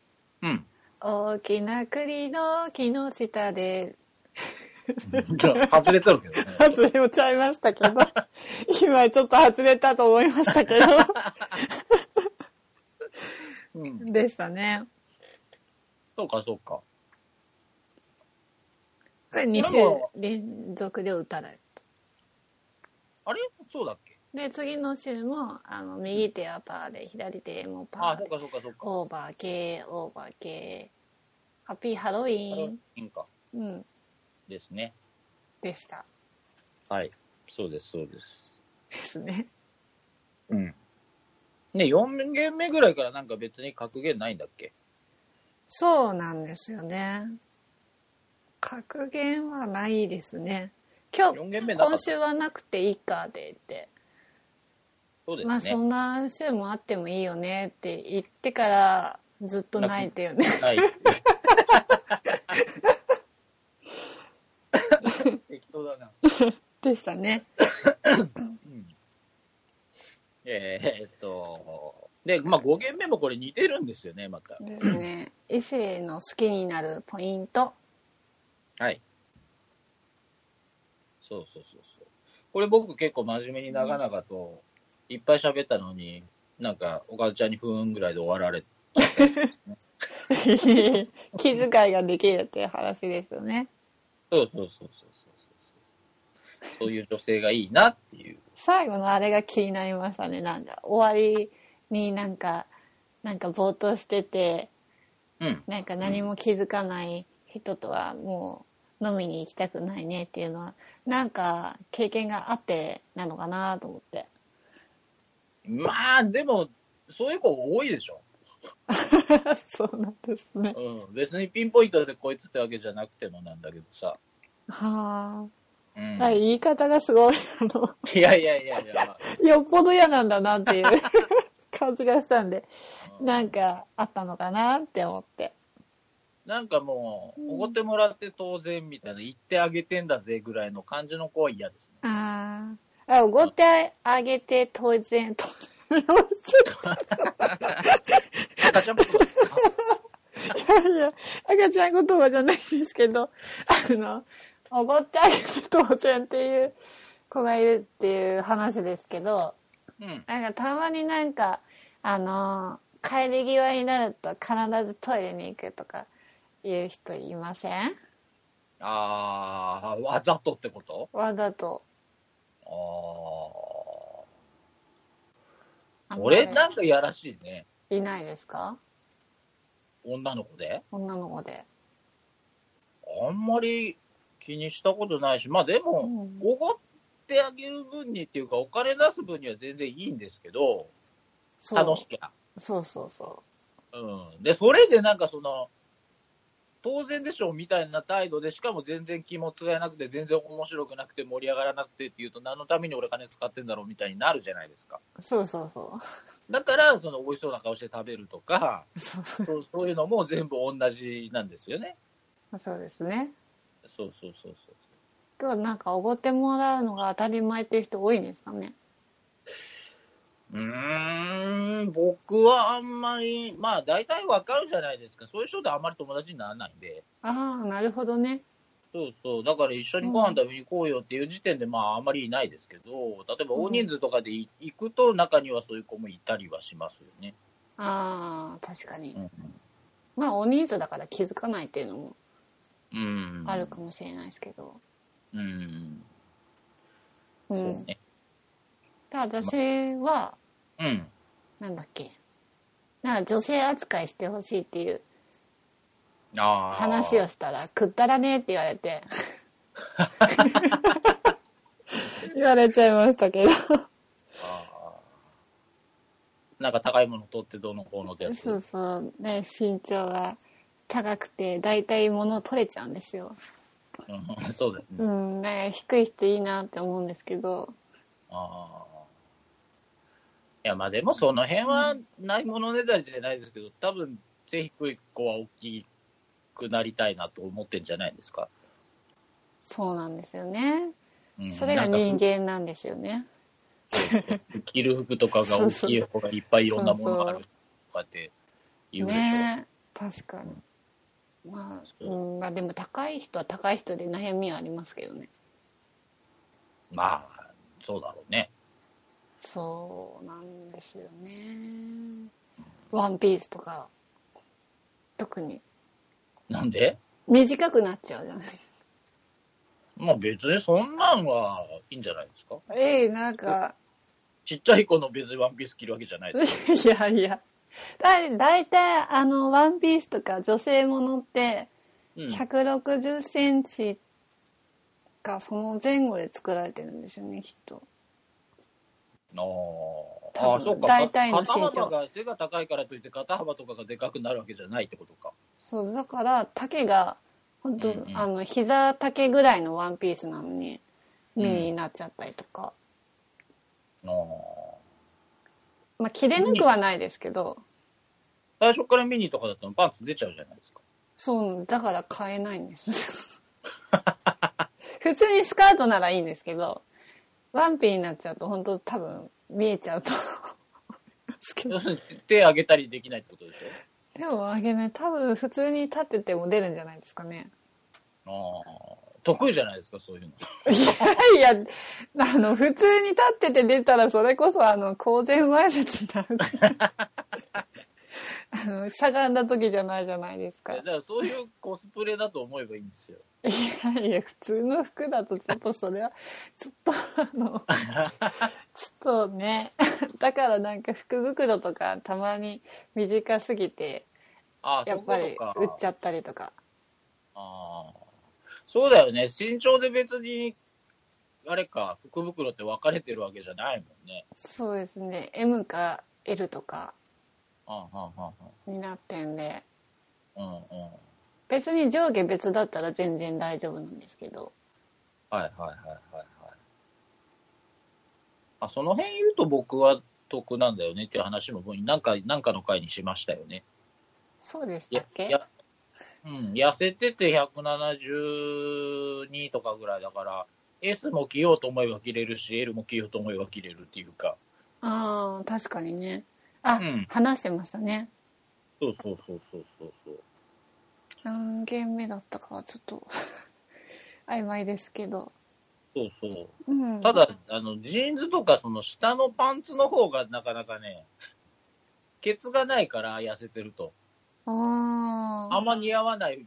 (laughs) うん。大きな栗の木の下 (laughs) で、外れてるけど (laughs) ね。外れもちゃいましたけど、今ちょっと外れたと思いましたけうん、ど、でしたね。そうか、そうか。これ2でも週連続で歌られあれそうだっけた。で、次の週も、あの、右手はパーで、左手もあパあ、ーそで、うか、そうか、そうか。オーバー系、オーバー系、ハッピーハロウィーン、いいんか。うん、ですね。でした。はい。そうです、そうです。ですね。うん。ね、4弦目ぐらいからなんか別に格言ないんだっけそうなんですよね。格言はないですね。今日、 ?4 弦目なか今った。週はなくていいかでって。そうですね。まあそんな週もあってもいいよねって言ってからずっと泣いてよね。 (laughs) (laughs) はい。適当だな。でしたね。うんえーえーっと、で、まあ、5弦目もこれ似てるんですよね、また。ですね。異性の好きになるポイント。はい。そうそうそうそう。これ僕結構真面目に長々と、いっぱい喋ったのに、なんか、おかずちゃんに不運ぐらいで終わられて。 (laughs) 気遣いができるっていう話ですよね。そうそうそうそうそうそう。そういう女性がいいなっていう。最後のあれが気になりましたね。なんか終わりになんか、なんかぼーっとしてて、うん。なんか何も気づかない人とはもう飲みに行きたくないねっていうのは、なんか経験があってなのかなと思って。まあ、でも、そういう子多いでしょ。 (laughs) そうなんですね。うん。別にピンポイントでこいつってわけじゃなくてもなんだけどさ。はうん。あ。はい、言い方がすごい、あの、いやいやいやいや、まあよっぽど嫌なんだなっていう (laughs) 感じがしたんで、うんなんかあったのかなって思って。なんかもう、おごってもらって当然みたいな、言ってあげてんだぜぐらいの感じの子は嫌ですね。あーあ。おごってあげて当 (laughs) 然、と赤ちゃんっぽくないですかいや赤ちゃん言葉じゃないんですけど、あの、おごってあげて当然っていう子がいるっていう話ですけど、うん。なんかたまになんか、あのー帰り際になると必ずトイレに行くとかいう人いませんあー、わざとってことわざと。ああんー。まり俺なんかやらしいね。いないですか女の子で。女の子で。あんまり気にしたことないし、まあでも、おごってあげる分にっていうか、お金出す分には全然いいんですけど、そう楽しきゃ。そうそうそうん。で、それでなんかその、当然でしょみたいな態度で、しかも全然気も使えなくて、全然面白くなくて、盛り上がらなくてっていうと、何のために俺金使ってんだろうみたいになるじゃないですか。う。そうそうそだから、その、美味しそうな顔して食べるとか、う。そうそうそういうのも全部同じなんですよね。そう (laughs) ですね。そうそうそうそう。今日なんかおごってもらうのが当たり前っていう人多いんですかね。うーん、僕はあんまり、まあ大体わかるじゃないですか。そういう人であんまり友達にならないんで。ああ、なるほどね。そうそう。だから一緒にご飯食べに行こうよっていう時点で、まああんまりいないですけど、例えば大人数とかでい行くと中にはそういう子もいたりはしますよね。ああ、確かにう。ん。まあ、お人数だから気づかないっていうのもうんあるかもしれないですけど。うん。う。そうんでね。私は、うん。なんだっけ。なんか女性扱いしてほしいっていうああ。話をしたら「くったらね」って言われ (laughs) て (laughs) 言われちゃいましたけどあーなんか高いもの取ってどうのこうのってやつ。そうそうね身長が高くて大体物を取れちゃうんですよ、うん (laughs) そうだよね。うんね低い人いいなって思うんですけどああ。いや、まあでもその辺はないものねだりじゃないですけど、多分、背低い子は大きくなりたいなと思ってんじゃないですか。そうなんですよねうん、それが人なんか間なんですよね着る服とかが大きい方がいっぱいいろんなものがあるとかって言うでしょ。ね確かにまあ、うん、まあでも高い人は高い人で悩みはありますけどねまあ、そうだろうね。そうなんですよね。ワンピースとか、特になんで短くなっちゃうじゃないまあ別にそんなんはいいんじゃないですか。ええなんか、ちっちゃい子の別にワンピース着るわけじゃないです。 (laughs) いやいや。だだいたいあの、ワンピースとか女性ものって、うん、 160センチかその前後で作られてるんですよね、きっと。あー多分あー、そうか。大体の身長肩幅が背が高いからといって肩幅とかがでかくなるわけじゃないってことか。そう、だから丈が、本当、うんうんあの、膝丈ぐらいのワンピースなのに、ミニになっちゃったりとか。あーまあ、切れなくはないですけど、最初からミニとかだったらパンツ出ちゃうじゃないですか。そう、だから買えないんです。 (laughs) 普通にスカートならいいんですけど、ワンピになっちゃうと本当多分見えちゃうと、ですけど要するに手上げたりできないってことでし手を上げない多分普通に立ってても出るんじゃないですかね (laughs) ょああ。得意じゃないですか、そういうの。いやいやあの普通に立ってて出たらそれこそあの公然わいせつになる (laughs) あのしゃがんだ時じゃないじゃないですかだからそういうコスプレだと思えばいいんですよ。いやいや普通の服だとちょっとそれはちょっとあ (laughs) のちょっとねだからなんか福袋とかたまに短すぎてああ、やそっうぱいりうこ売っとか。ちゃったりとかああ。そうだよね。身長で別に、あれか、福袋って分かれてるわけじゃないもんね。そうですね M か L とかああ、ああ、あになってんであ。うんうん。別に上下別だったら全然大丈夫なんですけどはいはいはいはいはい。あ、その辺言うと僕は得なんだよねっていう話も、なんか、なんかの回にしましたよね。そうでしいたやっけいやうん、痩せてて172とかぐらいだから、S も着ようと思えば着れるし、L も着ようと思えば着れるっていうか。ああ確かにねあ、うん話してましたねそうそうそうそうそうそう。何件目だったかはちょっと (laughs) 曖昧ですけど、そうそう。うん、ただ、あの、ジーンズとか、その下のパンツの方がなかなかね、ケツがないから痩せてると。ああんま似合わない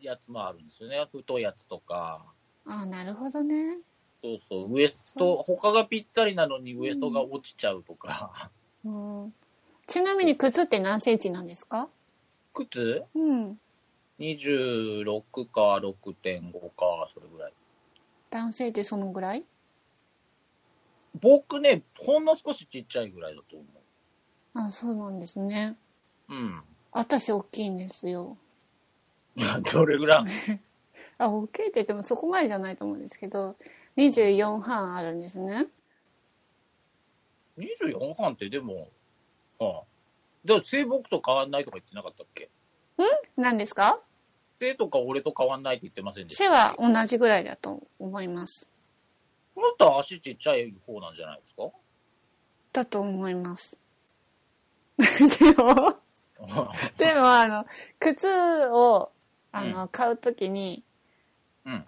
やつもあるんですよね。太いやつとか。ああなるほどねそうそう。ウエスト、他がぴったりなのにウエストが落ちちゃうと (laughs) か。うんちなみに靴って何センチなんですか靴うん26か6.5か、それぐらい。男性ってそのぐらい僕ね、ほんの少しちっちゃいぐらいだと思あそうなんですねう。うん。私大きいんですよいや、 (laughs) どれぐらいあ大きいって言ってもそこまでじゃないと思うんですけど24半あるんですね ?24 半ってでも、ああ。だから性僕と変わんないとか言ってなかったっけ何ですか性とか俺と変わんないって言ってませんでした背は同じぐらいだと思いますもっと足ちっちゃい方なんじゃないですかだと思います (laughs) でも (laughs) でもあの靴をあの、買うときにうん。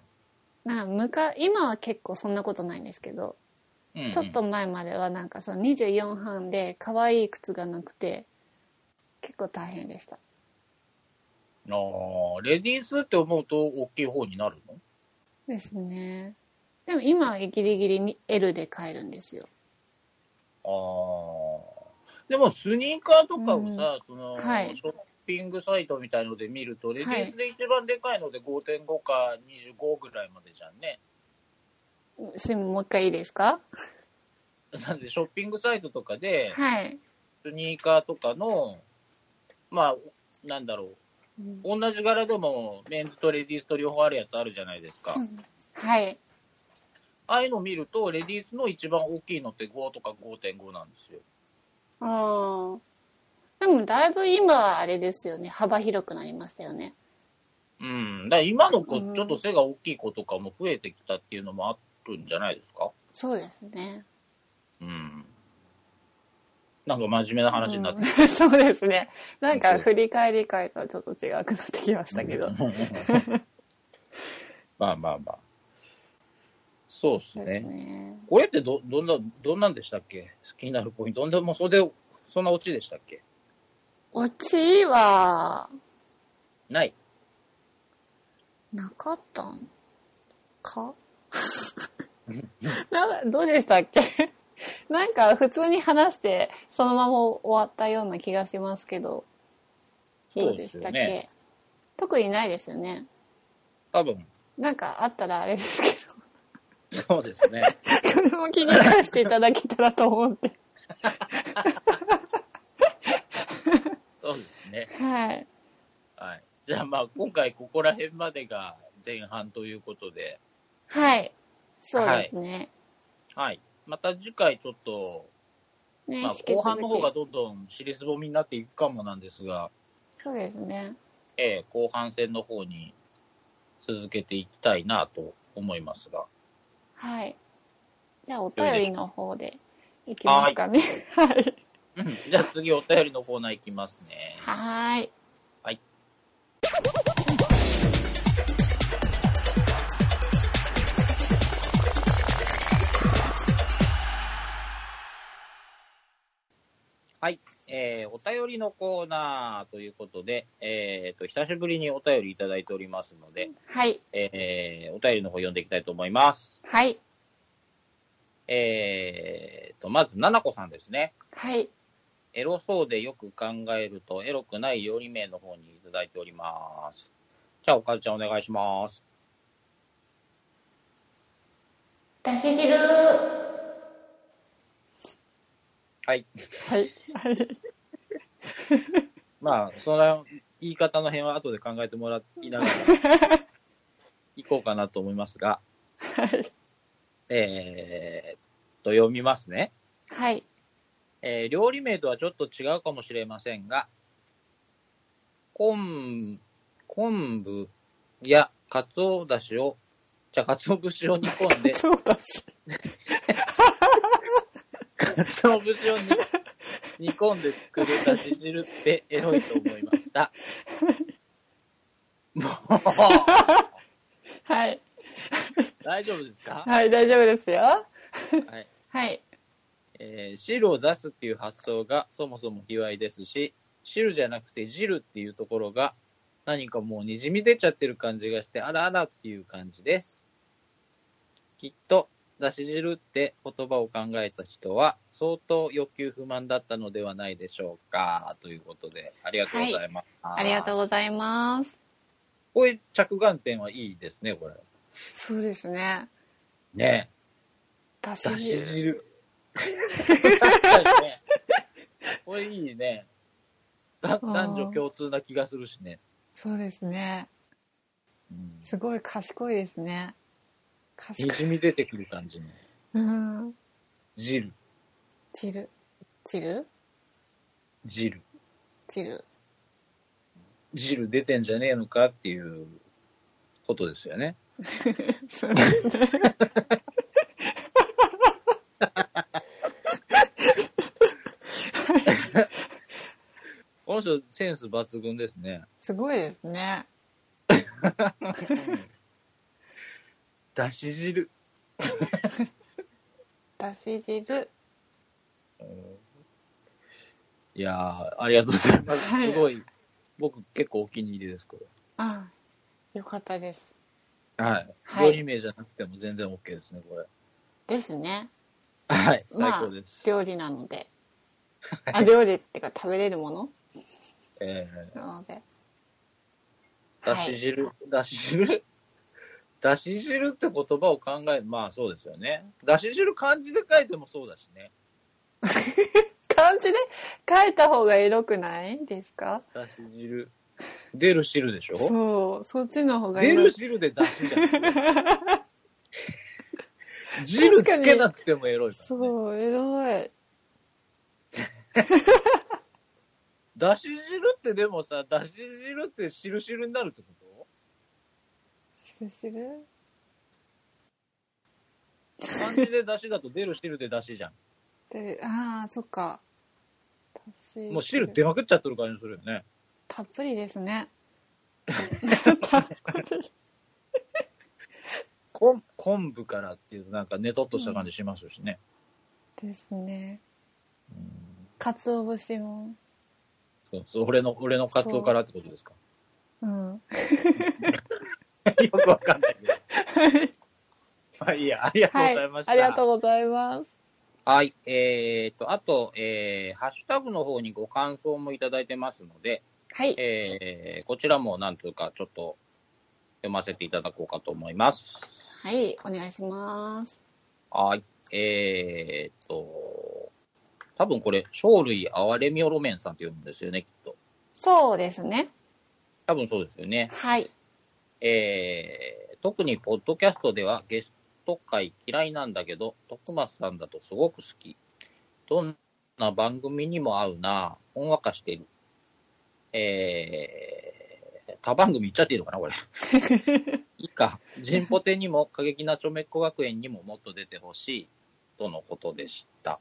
なんかむか今は結構そんなことないんですけど、うんうんちょっと前まではなんかその24半で可愛い靴がなくて結構大変でしたああ、レディースって思うと大きい方になるのですねでも今はギリギリに L で買えるんですよああ。でもスニーカーとかをさ、その、はいショッピングサイトみたいので見ると、レデはィーいスで一番でかいので5.5か25ぐらいまでじゃんね。 (laughs) すいませんもう一回いいですかなんで、ショッピングサイトとかで、はい、スニーカーとかの、まあ、なんだろう、うん同じ柄でもメンズとレディースと両方あるやつあるじゃないですか。はいああいうの見ると、レディースの一番大きいのって5とか5.5なんですよ。あーでもだいぶ今はあれですよね幅広くなりましたよねうん。だから今の子う、んちょっと背が大きい子とかも増えてきたっていうのもあるんじゃないですか。そうですねうん。なんか真面目な話になってうん (laughs) そうですねなんか振り返り会とはちょっと違くなってきましたけど、。 (laughs) まあまあまあ。そうですそうですね。ねこれってど、どんな、どんなんでしたっけ気になるポイント。どんでもうそれで、そんなオチでしたっけ落ちはない。なかったんかうん (laughs) なんかどうでしたっけ (laughs) なんか普通に話してそのまま終わったような気がしますけどそどううででしすたよっけ、ね。特にないですよね多分、なんかあったらあれですけそうで (laughs) すね。ど (laughs) これも気に返していただけたらと思ってそうですね。はいはい。じゃあまあ、今回ここら辺までが前半ということで、はいそうですね,、はい。また次回ちょっと、ねまあ引き、続き後半の方がどんどん尻すぼみになっていくかもなんですが、そうですねええ後半戦の方に続けていきたいなと思いますが。 (laughs) はいじゃあお便りの方でいきますかねはいうんじゃあ次お便りのコーナーいきますね。はーい。はい。はい。えー、お便りのコーナーということで、えー、と、久しぶりにお便りいただいておりますので、はい。えー、お便りの方読んでいきたいと思います。はい。えー、と、まず、ななこさんですね。はい。エロそうでよく考えると、エロくない料理名の方にいただいております。じゃあ、おかずちゃんお願いします。だし汁はい。はい。まあ、その言い方の辺は後で考えてもら (laughs) いながら、行こうかなと思いますが、はい。えー、と、読みますね。はい。えー料理名とはちょっと違うかもしれませんが、昆昆布や鰹だしを、じゃあ、鰹節を煮込 (laughs) んで、そうだし。鰹節を煮煮込んで作るだし汁ってエロいと思いま (laughs) した。もう、はい。大丈夫ですか、はい、大丈夫ですよ。はいはい。えー汁を出すっていう発想がそもそも卑猥ですし、汁じゃなくて汁っていうところが何かもうにじみ出ちゃってる感じがして、あらあらっていう感じです。きっと、だし汁って言葉を考えた人は相当欲求不満だったのではないでしょうか。ということで、ありがとうございます。ありがとうう。ございます。こういう着眼点はいいですね、これ。そうですね。ねだえ。だし汁。し汁。確かにね。これいいね。だ男女共通な気がするしね。そうですね。うんすごい賢いですね。賢にい。じみ出てくる感じのうん。汁、チル。チル汁、チル。汁出てんじゃねえのかっていうことですよね。そうですね。この人センス抜群ですね。すごいですね。だし汁。だし汁。いやー、ありがとうございます。はいすごい。僕結構お気に入りです、こあよかったです。れ。はい。はい料理名じゃなくても全然 OK ですね、これ。ですね。はい、最まあ高です。料理なので。あ、料理ってか食べれるものえなので。ー、だし汁、だし汁、だし汁って言葉を考え、まあそうですよね。だし汁漢字で書いてもそうだしね。漢字で書いた方がエロくないですかだし汁。出る汁でしょそう、そっちの方が出エロる汁でだしじゃん。 (laughs) 汁つけなくてもエロいから、ね。そう、エロい。だし汁ってでもさ、だし汁って汁汁になるってこしるしると漢字でだしだと出る汁でだ (laughs) しじゃん。で、ああ、そっか。だしもう汁出まくっちゃってる感じするよね。たっぷりです (laughs) ね。昆昆布からっていうとなんかねとっとした感じしますしね。ですね。うん鰹節も。そうそう俺の、俺のカツオからってことですか。うん。 (laughs) よくわかんないけど。まあいいや、ありがとうはごいざいまし。た。ありがとうございます。はい、えー、と、あと、えー、ハッシュタグの方にご感想もいただいてますので、はい。えー、こちらもなんつうか、ちょっと読ませていただこうかと思います。はい、お願いします。はい、えー、と、多分これ、生類憐れみおろめんさんって読むんですよね、きっと。そうですね。多分そうですよね。はい。えー特にポッドキャストではゲスト会嫌いなんだけど、徳松さんだとすごく好き。どんな番組にも合うなぁ。ほんわかしてる。えー、他番組言っちゃっていいのかな、これ。いいか。ジンポテにも過激なちょめっこ学園にももっと出てほしい。とのことでした。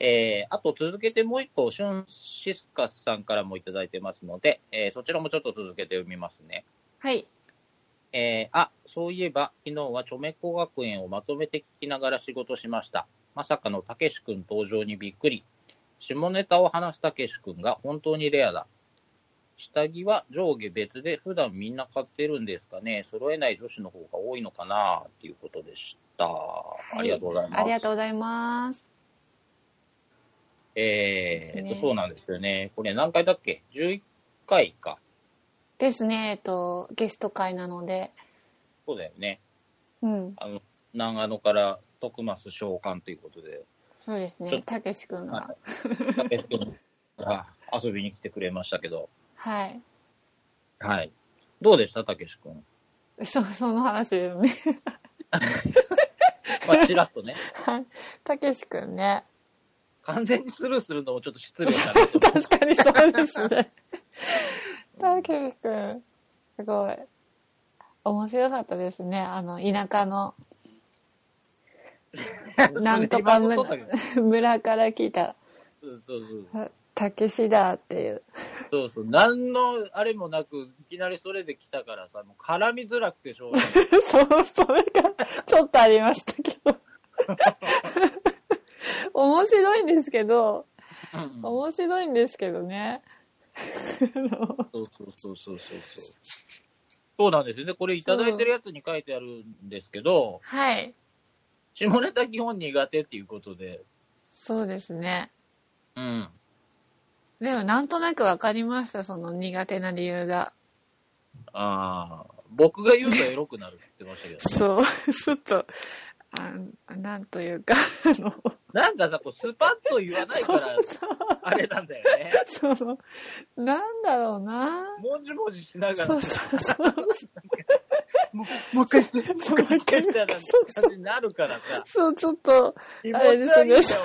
えー、あと続けてもう一個、シュンシスカスさんからもいただいてますので、えーそちらもちょっと続けて読みますね。はい。えーあ、そういえば、昨日はチョメコ学園をまとめて聞きながら仕事しました。まさかのたけし君登場にびっくり。下ネタを話すたけし君が本当にレアだ。下着は上下別で普段みんな買ってるんですかね揃えない女子の方が多いのかなっていうことでした。いありがとうございます。ありがとうございます。えですーねえっと、そうなんですよね。これ何回だっけ ?11 回か。ですね、えっと、ゲスト会なので、そうだよね。うん、あの、長野から徳増召喚ということで、そうですちょっね、とたけし君がは。たけし君が遊びに来てくれましたけど、はい。はい。どうでしたたけし君。そう、その話ですね。まあ、ちら (laughs) っとね、はいたけし君ね。完全にスルーするのもちょっと失礼だなと確かにそうですね。たけし君、すごい。面白かったですね。あの、田舎の (laughs) なんとか無村駄そ村から来た、うそうそう。たけしだっていう。 (laughs) そうそう。何のあれもなく、いきなりそれで来たからさ、もう絡みづらくてしょうがない。そう、それがちょっとありましたけ (laughs) ど。面白いんですけど、うんうん面白いんですけどね。あのそうそうそうそうそうそう。そうなんですよね。これいただいてるやつに書いてあるんですけど、はい。下ネタ基本苦手っていうことで、そうですね。うん。でもなんとなくわかりました、その苦手な理由が。ああ、僕が言うとエロくなるって言ってましたけど、ね、そう、 (laughs) ちょっと、あなんというか、あの、なんかさ、こうスパッと言わないから、あれなんだよね。その、なんだろうな。もじもじしながら、そもうそうそう。うもう一回言って、もうそう一回言ってみたいなそうそう感じになるからさ、そう、ちょっと、気持ち悪いんだよ、お前そ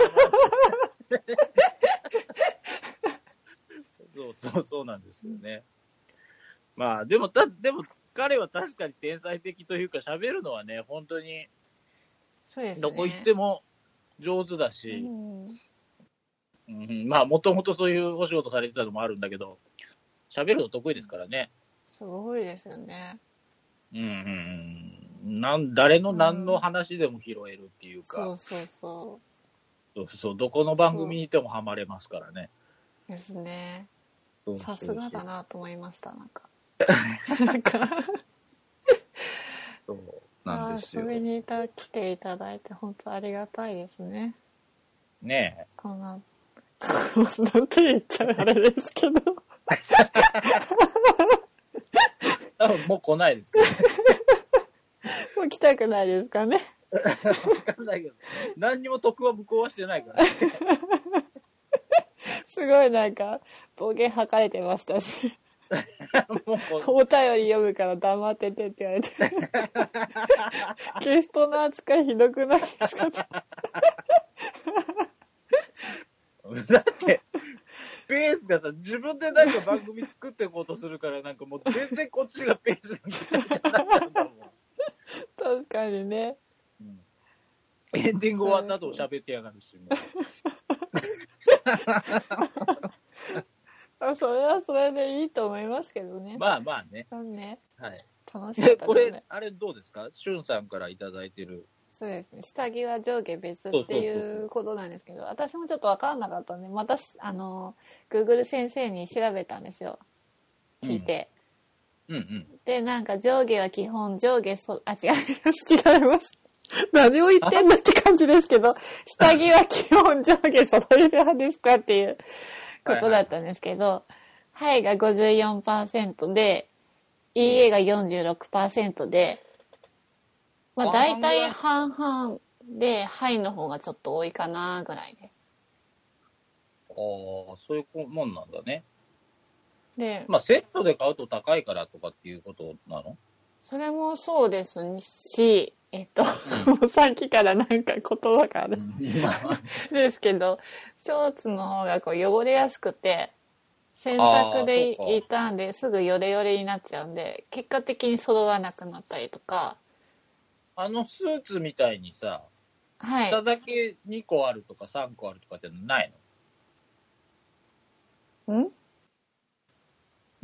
うそうそうなんですよね。まあ、でも、た、でも、彼は確かに天才的というか、喋るのはね、本当に、そうですね。どこ行っても上手だし、うんうん、まあ、もともとそういうお仕事されてたのもあるんだけど、喋るの得意ですからね。すごいですよね。うんうんうん。なん、誰の何の話でも拾えるっていうか、そうそうそそうそう、どこの番組にいてもハマれますからね。う。ですね。そうそさうそすうがだなと思いました、なんか。なんか、そうなんですよあー。遊びにいた来ていただいて、本当ありがたいですね。ねえ。こんな、こんなって言っちゃあれですけど。多分もう来ないですけど、もう来たくないですかね。わかんないけど、何にも得は向こうはしてないか (laughs) ら、ね、すごいなんか、暴言吐かれてましたし、もうこうお便り読むから黙っててって言わ (laughs) れて。ゲストの扱いひどくないですかだって、ペースがさ、自分でなんか番組作っていこうとするから、なんかもう全然こっちがペースがめちゃくちゃになっちゃうんだもん。確かにね。うんエンディング終わった後も喋ってやがるし、もうあそれはそれでいいと思いますけどね。まあまあね。そうね。はい。楽しかで、ったこですれね。、あれどうですかしゅんさんからいただいてる。そうですね。下着は上下別そうっそてうそうそういうことなんですけど、私もちょっと分からなかったんで、また、あの、Google 先生に調べたんですよ。聞いて。うんうん。で、なんか上下は基本上下そ、あ、 (laughs) 違います。違います。何を言ってんのって感じですけど、下着は基本上下揃える派ですかっていうことだったんですけど、はいが54%で、いいえが46%で、まあ大体半々で、はいの方がちょっと多いかなぐらいで。ああ、そういうもんなんだね。で、まあ、セットで買うと高いからとかっていうことなのそれもそうですし、えっと、 (laughs) もうさっきからなんか言葉がある。 (laughs) ですけどショーツの方がこう汚れやすくて洗濯であーそうかいたんですぐヨレヨレになっちゃうんで結果的に揃わなくなったりとかあのスーツみたいにさ、はい下。だけ2個あるとか3個あるとかってないのん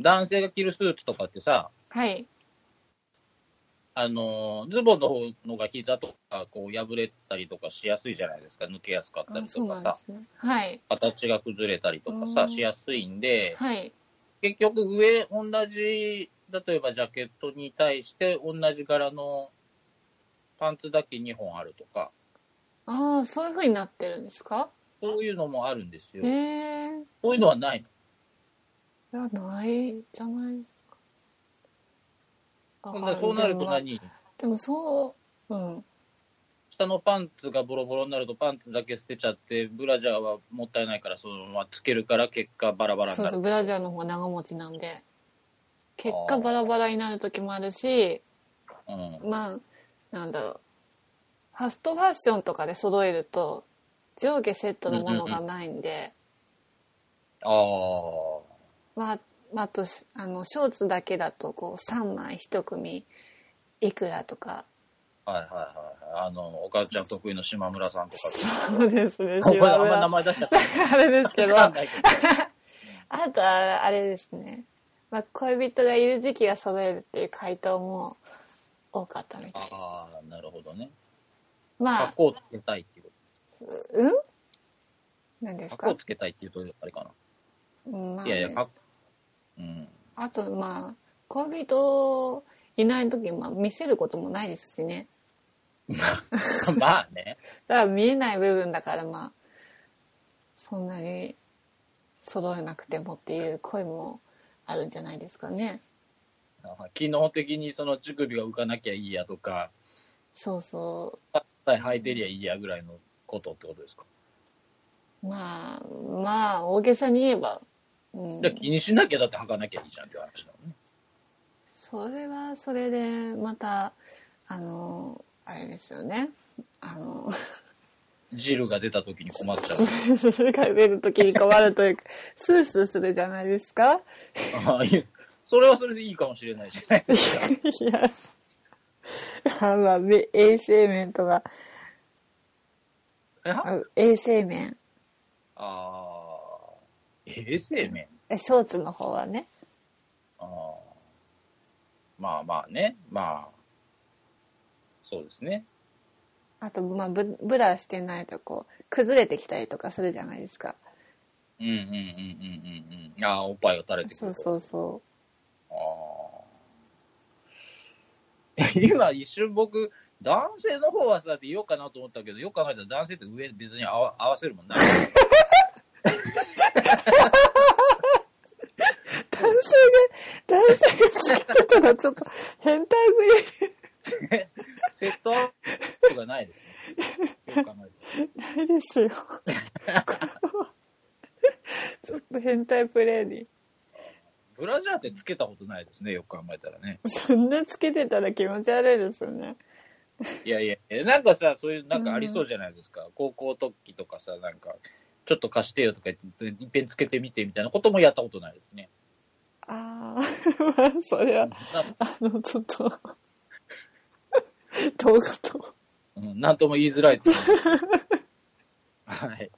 男性が着るスーツとかってさ、はい。あのーズボンの方のが膝とかこう破れたりとかしやすいじゃないですか、抜けやすかったありそとうかなんでさ、すね。はい。形が崩れたりとかうさ、んしやすいんで、はい。結局上同じ、例えばジャケットに対して同じ柄のパンツだけ2本あるとか、ああ、そういう風になってるんですかそういうのもあるんですよへ。えー。いそういうのはないの。や、ないじゃないですか。ほんならそうなるとあでも何でもそう、うん。下のパンツがボロボロになるとパンツだけ捨てちゃって、ブラジャーはもったいないからそのままつけるから結果バラバラにそうなそう、る。ブラジャーの方が長持ちなんで。結果バラバラになる時もあるし、うんまあ、なんだろう。ファストファッションとかで揃えると、上下セットのものがないんで、ああ。まあ、まあ、あとしあのショーツだけだとこう3枚1組いくらとかはいはいはいはい。あの、お母ちゃん得意の島村さん (laughs) とか。そうですねこれあんま名前出しちゃったあれですけどわかあんないけとはあれですね、まあ、恋人がいる時期が揃えるっていう回答も多かったみどたいですああ、なるほどね。まあ格好をつけたいっていうこうん何でと。す格好かを、つけたいっていうと、あれかうんまあな。いねやいや、格好。うん。 (laughs) あとまあ恋人いない時、まあ、見せることもないですしねまあね。 (laughs) だから見えない部分だからまあそんなに揃えなくてもっていう声もあるんじゃないですかね機能的にその乳首が浮かなきゃいいやとか、そうそパッタイ履いてりゃいいやぐらいのことってことですか。うまあまあ大げさに言えば、うんじゃあ、気にしなきゃだって履かなきゃいいじゃんっていう話だもんね。それはそれでまたあのあれですよねあの (laughs) 汁が出た時に困っちゃう。出る時に困るというかスースーするじゃないですかああいうそれはそれでいいかもし (laughs) れないじゃないですか。いや (laughs) あまあべ衛生面とかえはあ衛生面ああ、衛生面。えショーツの方はねああまあまあね、まあ、そうですね。あと、まあ、ブブラしてないとこう崩れてきたりとかするじゃないですかうんうんうんうんうんうん。ああ、おっぱいを垂れてくそるうと。そうそああ (laughs) 今一瞬僕、男性の方はさ、だって言おうかなと思ったけど、よく考えたら男性って上別に合わ合わせるもんない。 (laughs) う男性が男性がつけてたらちょっと変態セットアップがないですね。よく考えたらぶりないですよちょっと変態プレイにブラジャーってつけたことないですね、よく考えたらね。そんなつけてたら気持ち悪いですよねいやいや、えなんかさ、そういう、なんかありそうじゃないですか。高校特技とかさ、なんか、ちょっと貸してよとか言って、いっぺんつけてみてみたいなこともやったことないですね。あー (laughs) まあそれはなあのちょっと (laughs) どうかとうんなんとも言いづら (laughs) いですねはい。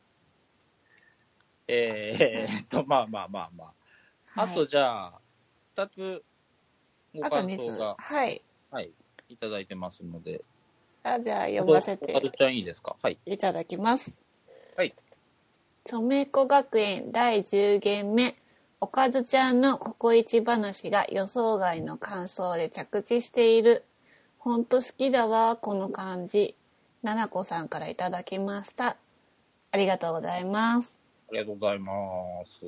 えー、っと、まあまあまあまあ。あと、じゃあ、二つ、ごあと感二想つが、はいはい、いただいてますので。あじゃあ読ませあとてちゃんいいですかはい。いただきます。はい。著名子学園第10限目、おかずちゃんのココイチ話が予想外の感想で着地している。ほんと好きだわ、この感じ。ななこさんからいただきました。ありがとうございます。ありがとうございます。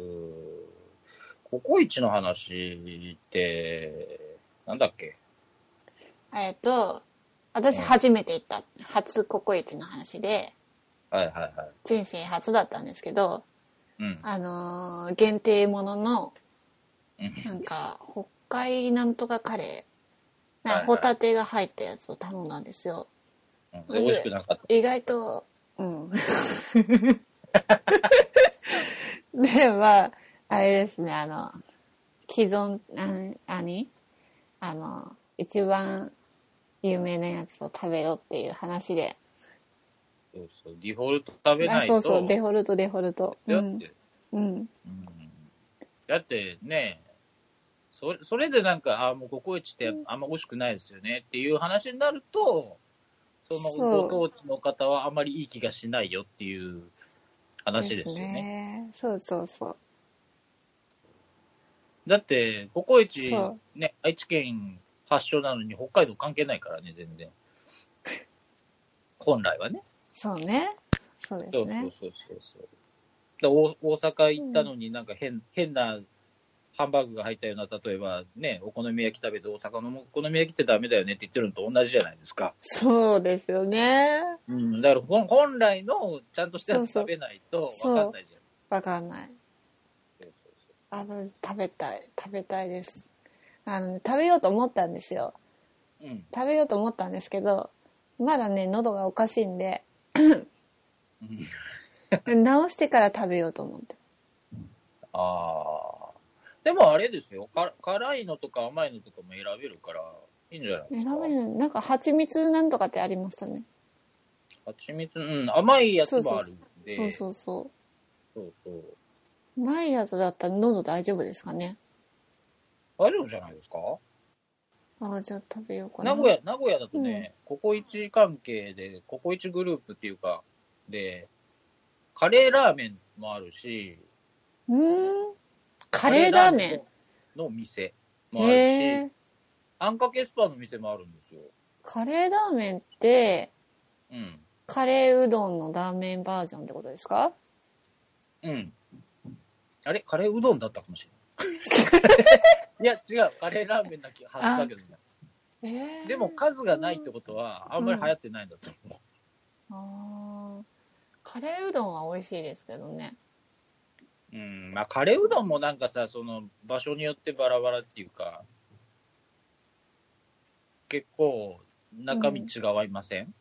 ココイチの話って、なんだっけえっと、私うん初めて行った、初ココイチの話で、はいはいはい。人生初だったんですけど、うん。あのー限定もののうん、なんか、北海なんとかカレー、なんはいはかホいタテが入ったやつを頼んだんですよ。うんで美味しくなかっ意外と、うん。 (laughs) で、まあ、あれですね、あの、既存、あ何あの、一番有名なやつを食べようっていう話で、そうそう、デフォルト食べなあいそと。うそう、デフォルト、デフォルト。うだっん。て、うん。うんだってね、それそれでなんか、あもうココイチってあんま美味しくないですよねっていう話になると、そのそうご当地の方はあまりいい気がしないよっていう話ですよね。ね。そうそうそう。だって、ココイチそ、ね、愛知県発祥なのに北海道関係ないからね、全然。本来はね。そうね。そうでそすうそうね。そうそうそう。だ大大阪行ったのになんか変、変なハンバーグが入ったような、例えばね、お好み焼き食べて大阪のお好み焼きってダメだよねって言ってるのと同じじゃないですか。そうですよね。うん。だからほん本来のちゃんとしたやつそうそう食べないとそう分かんないじゃん。わかんない。そうそうそうあの、食べたい。食べたいです。あの、食べようと思ったんですよ。うん。食べようと思ったんですけど、まだね、喉がおかしいん (laughs) で、うん直してから食べようと思って。ああ。でもあれですよか。辛いのとか甘いのとかも選べるから、いいんじゃないで選すか。べるなんか蜂蜜なんとかってありましたね。蜂蜜、うん、甘いやつもあるんで。そうそうそそうそうう。ないやつだったら喉大丈夫ですかね。大丈夫じゃないですかああ、じゃあ食べようかな。名古屋、名古屋だとね、ココイチ関係で、ココイチグループっていうか、で、カレーラーメンもあるし、うーん。カレーラーメン。ンの店もあへるし、え。あんかけスパの店もあるんですよ。カレーラーメンって、うん。カレーうどんのラーメンバージョンってことですかうん。あれカレーうどんだったかもし (laughs) れない。いや、違う。カレーラーメンなきはずだけどね。ええでも数がないってことは、あんまり流行ってないんだと思う。あーカレーうどんは美味しいですけどね。うん。まあ、カレーうどんもなんかさ、その場所によってバラバラっていうか、結構中身違いません、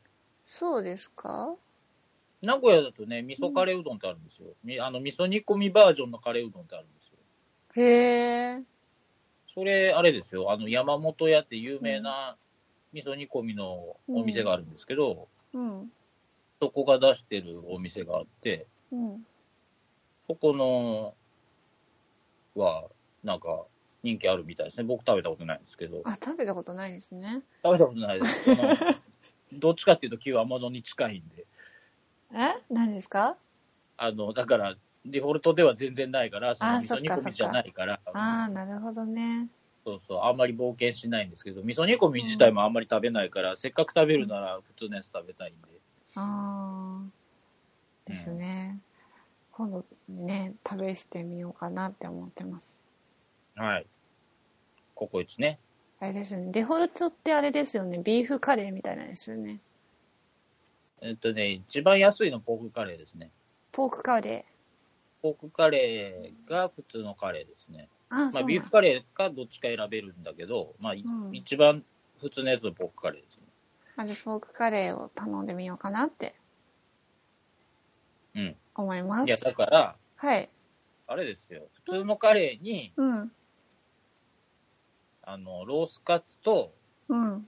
そうですか名古屋だとね、味噌カレーうどんってあるんですよ。みあの、味噌煮込みバージョンのカレーうどんってあるんですよ。へえ。それ、あれですよ。あの、山本屋って有名な味噌煮込みのお店があるんですけど、うん。そこが出してるお店があって、うん。そこのは、なんか、人気あるみたいですね。僕食べたことないんですけど。あ、食べたことないですね。食べたことないです。そのどっちかっていうと、旧アマゾンに近いんで。え何ですかあの、だから、デフォルトでは全然ないから、そのあ味噌煮そっかそっ込かみじゃないから、ああ、なるほどね。そうそう、あんまり冒険しないんですけど、味噌煮込み自体もあんまり食べないから、せっかく食べるなら普通のやつ食べたいんで。ああ。ですね。今度ね、食べしてみようかなって思ってます。はい。ココイチね。あれですよね。デフォルトってあれですよね。ビーフカレーみたいなんですよね。えっとね、一番安いのポークカレーですね。ポークカレポークカレーが普通のカレーですね。ー。ああ、まそあ、うビーなフカレーかどっちか選べるんだけど、まあ、いうん一番普通のやつはポークカレーですね。まずポークカレーを頼んでみようかなってうん。思いまいや、す。だから、はい。あれですよ。普通のカレーに、うん。あの、ロースカツと、 (laughs) うん。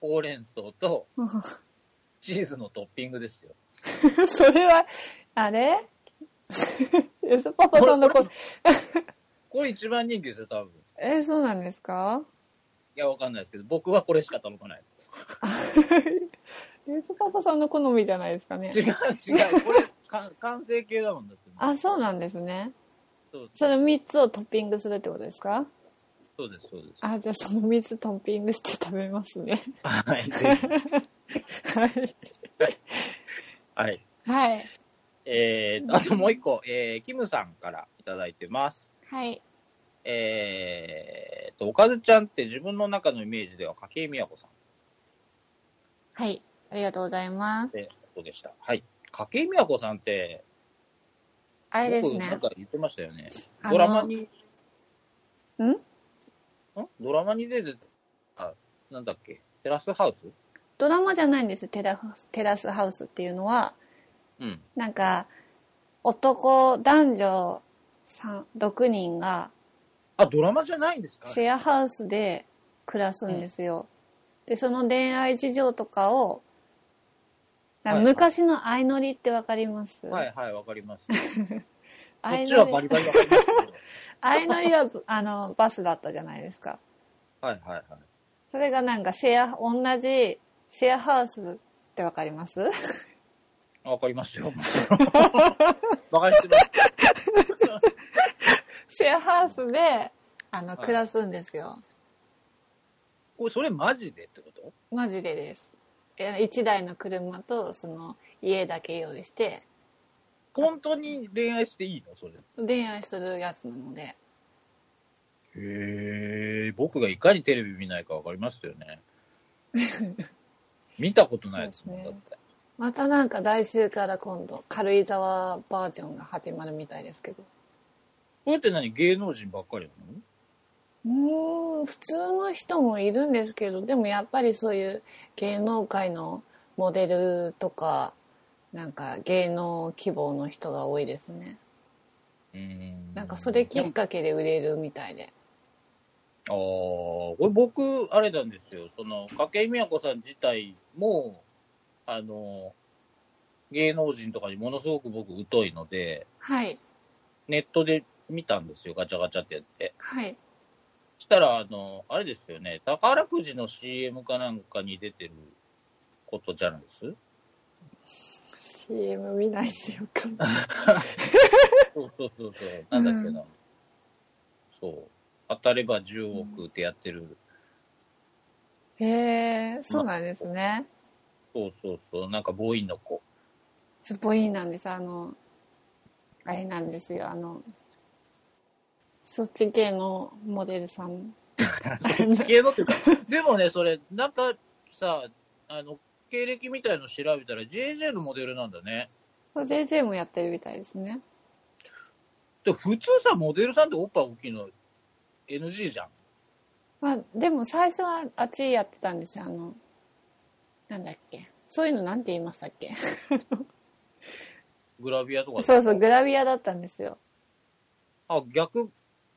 ほうれん草と、うんチーズのトッピングですよ。それは、あれ (laughs) パパさんのこと。これ一番人気ですよ、多分。え、そうなんですかいや、わかんないですけど、僕はこれしか頼 (laughs) まない。ゆずパパさんの好みじゃないですかね違。う違う。これ、か完成形だもんだって。あ、そうのなんですね。そうその3つをトッピングするってことですかそうです、そうです。あ、じゃあその3つトッピングして食べますね。はい、 (laughs) ぜひ (laughs) はい。はい。はい。え (laughs) ー、あともう一個、えー、キムさんからいただいてます。はい。えーと、おかずちゃんって自分の中のイメージでは、筧美和子さんはい。ありがとうございます。ってことでした。はい。筧美和子さんって、あれです僕なねん。か言ってましたよね。あのドラマに、んんドラマに出てた、あ、なんだっけ、テラスハウスドラマじゃないんですよテラフテラスハウスっていうのは、うん。なんか、男、男女三6人があ、ドラマじゃないんですかシェアハウスで暮らすんですよ。で、その恋愛事情とかをだから昔の相乗りってわかります、はいはい、わかります。こ相っちは乗バリりバリわかりますけど。相乗りはあのバスだったじゃないですかはいはいはい。それがなんかシェア同じシェアハウスってわかります (laughs) わかり (laughs) ますよ。 (laughs) バカにしてます。シェアハウスであのはい暮らすんですよ、これ、それマジでってことマジでですいや一台の車とその家だけ用意して本当に恋愛していいのそれ。恋愛するやつなのでへえ、僕がいかにテレビ見ないかわかりますよ (laughs) ね。見たことないですもん、だそっうて。またなんか来週から今度軽井沢バージョンが始まるみたいですけどこれって何芸能人ばっかりなのうーん普通の人もいるんですけどでもやっぱりそういう芸能界のモデルとかなんか芸能希望の人が多いですねうーん。なんかそれきあっかけで売れるみたいであー、これ僕、あれなんですよ。その、筧美和子さん自体も、あの、芸能人とかにものすごく僕疎いので、はいネットで見たんですよ、ガチャガチャってやって。はいしたら、あの、あれですよね、宝くじの CM かなんかに出てることじゃないです CM 見ないでよかったそうそうそうそう、なんだっけな。そう。当たれば10億ってやってる。へえそうなんですねそうそうそう、なんかボーインの子。すごいなんですあのあれなんですよあのそっち系のモデルさんそっち系のっていうか、でもね、それ、なんかさ、あの、経歴みたいの調べたら JJ のモデルなんだね。 JJ もやってるみたいですねで普通さ、モデルさんっておっぱい大きいの NG じゃん。まあでも最初はあっちやってたんですよあのなんだっけそういうのなんて言いましたっけグラビアとかでそうそうグラビアだったんですよあ、逆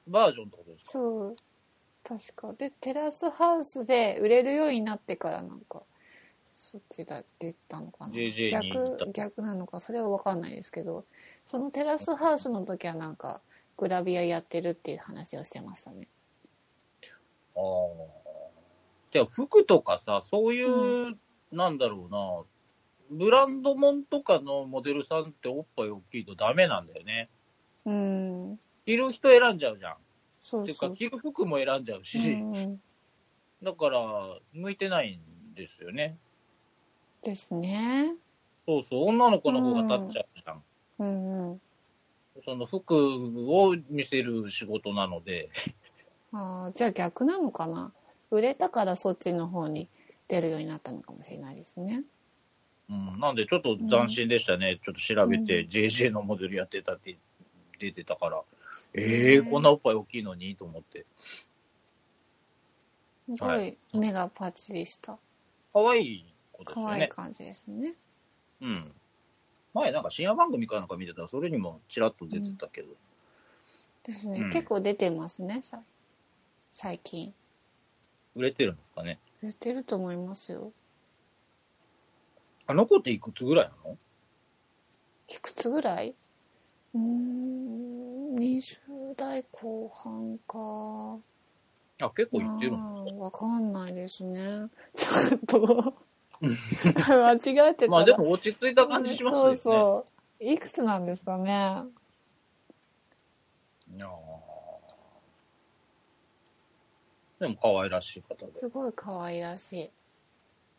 バージョンってことですかそう確かでテラスハウスで売れるようになってからなんかそっちだ出たのかな JJ に行った逆逆なのかそれは分かんないですけどそのテラスハウスの時はなんかグラビアやってるっていう話をしてましたねああ。じゃあ服とかさ、そういう、なんだろうな、ブランドもんとかのモデルさんっておっぱい大きいとダメなんだよね。うん着る人選んじゃうじゃん。そうていうそかう着る服も選んじゃうし、うんうんだから向いてないんですよね。ですねそうそう、女の子の方が立っちゃうじゃん。うんうんその服を見せる仕事なので、あーじゃあ逆なのかな売れたからそっちの方に出るようになったのかもしれないですねうん、なんでちょっと斬新でしたね、ちょっと調べて、JJ のモデルやってたって出てたから、ええー、こんなおっぱい大きいのにと思って、すごはい目がパッチリした可愛い子です可よ愛いね。感じですねうん。前なんか深夜番組かなんか見てたら、それにもちらっと出てたけど、ですね、うん結構出てますねさ最近売れてるんですかね。売れてると思いますよあの子っていくつぐらいなのいくつぐらいうーん20代後半かあ、結構いってるあんだ。ーわかんないですね (laughs) ちょっ (laughs) と間違えてたらまあでも落ち着いた感じしますよね。そうそういくつなんですかねいやーでも可愛らしい方で。すごい可愛らしい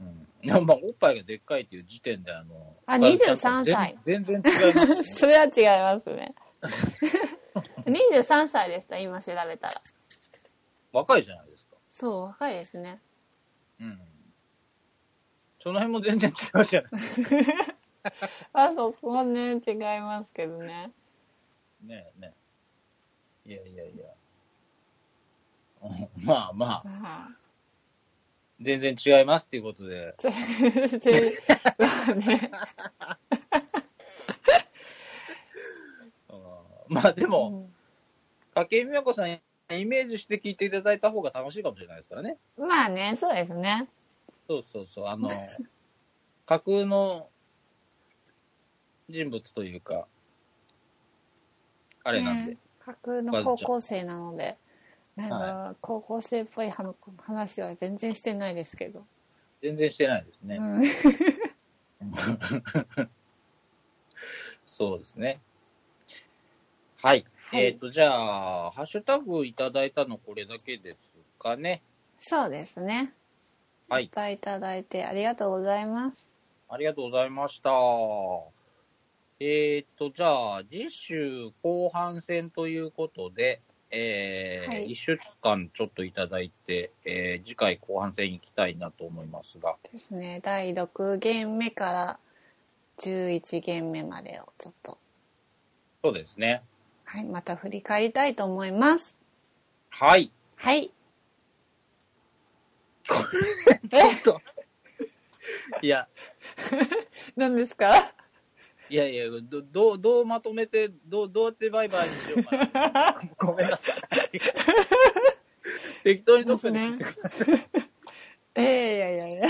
うん。いや、まあ、おっぱいがでっかいっていう時点で、あの、あ感じちゃう23歳全全然違いますね。それは違いますね (laughs) 23歳でした今調べたら若いじゃないですか。そう若いですねうん。その辺も全然違うじゃないですあそこはね違いますけどねか。ねえねえ。いやいやいや。うんまあまあ、 (laughs) まあ全然違いますっていうことで。全然まあねうんまあでも、う筧美和子さん、イメージして聞いていただいた方が楽しいかもしれないですからね。んまあねそうですね (laughs) そうそうそう、あの、架空の人物というか、あれなんで。ね架空の高校生なので、なんか、高校生っぽいはの話は全然してないですけど。全然してないですね。うん。そうですね。はい。はいえっ、と、じゃあ、ハッシュタグいただいたのこれだけですかね。そうですね。はいいっぱいいただいてありがとうございます。ありがとうございました。えっ、と、じゃあ、次週後半戦ということで、えーはい1週間ちょっといただいて、えー次回後半戦行きたいなと思いますが、ですね。第6弦目から11弦目までをちょっと、そうですね。はい、また振り返りたいと思います。はい。はい。 (laughs) ちょっと。いや、何ですかいやいや、どどう、どうまとめて、どう、どうやってバイバイにしようかな。ごめんなさい。適当にどっかで切ってください。 (laughs) ええいやいやいや。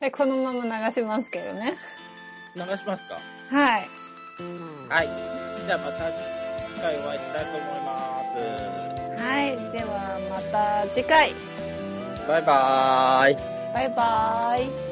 えこのまま流しますけどね。流しますかはい。はい。じゃあまた次回お会いしたいと思いまはい。ではまた次回。す。バイバーイ。バイバイ。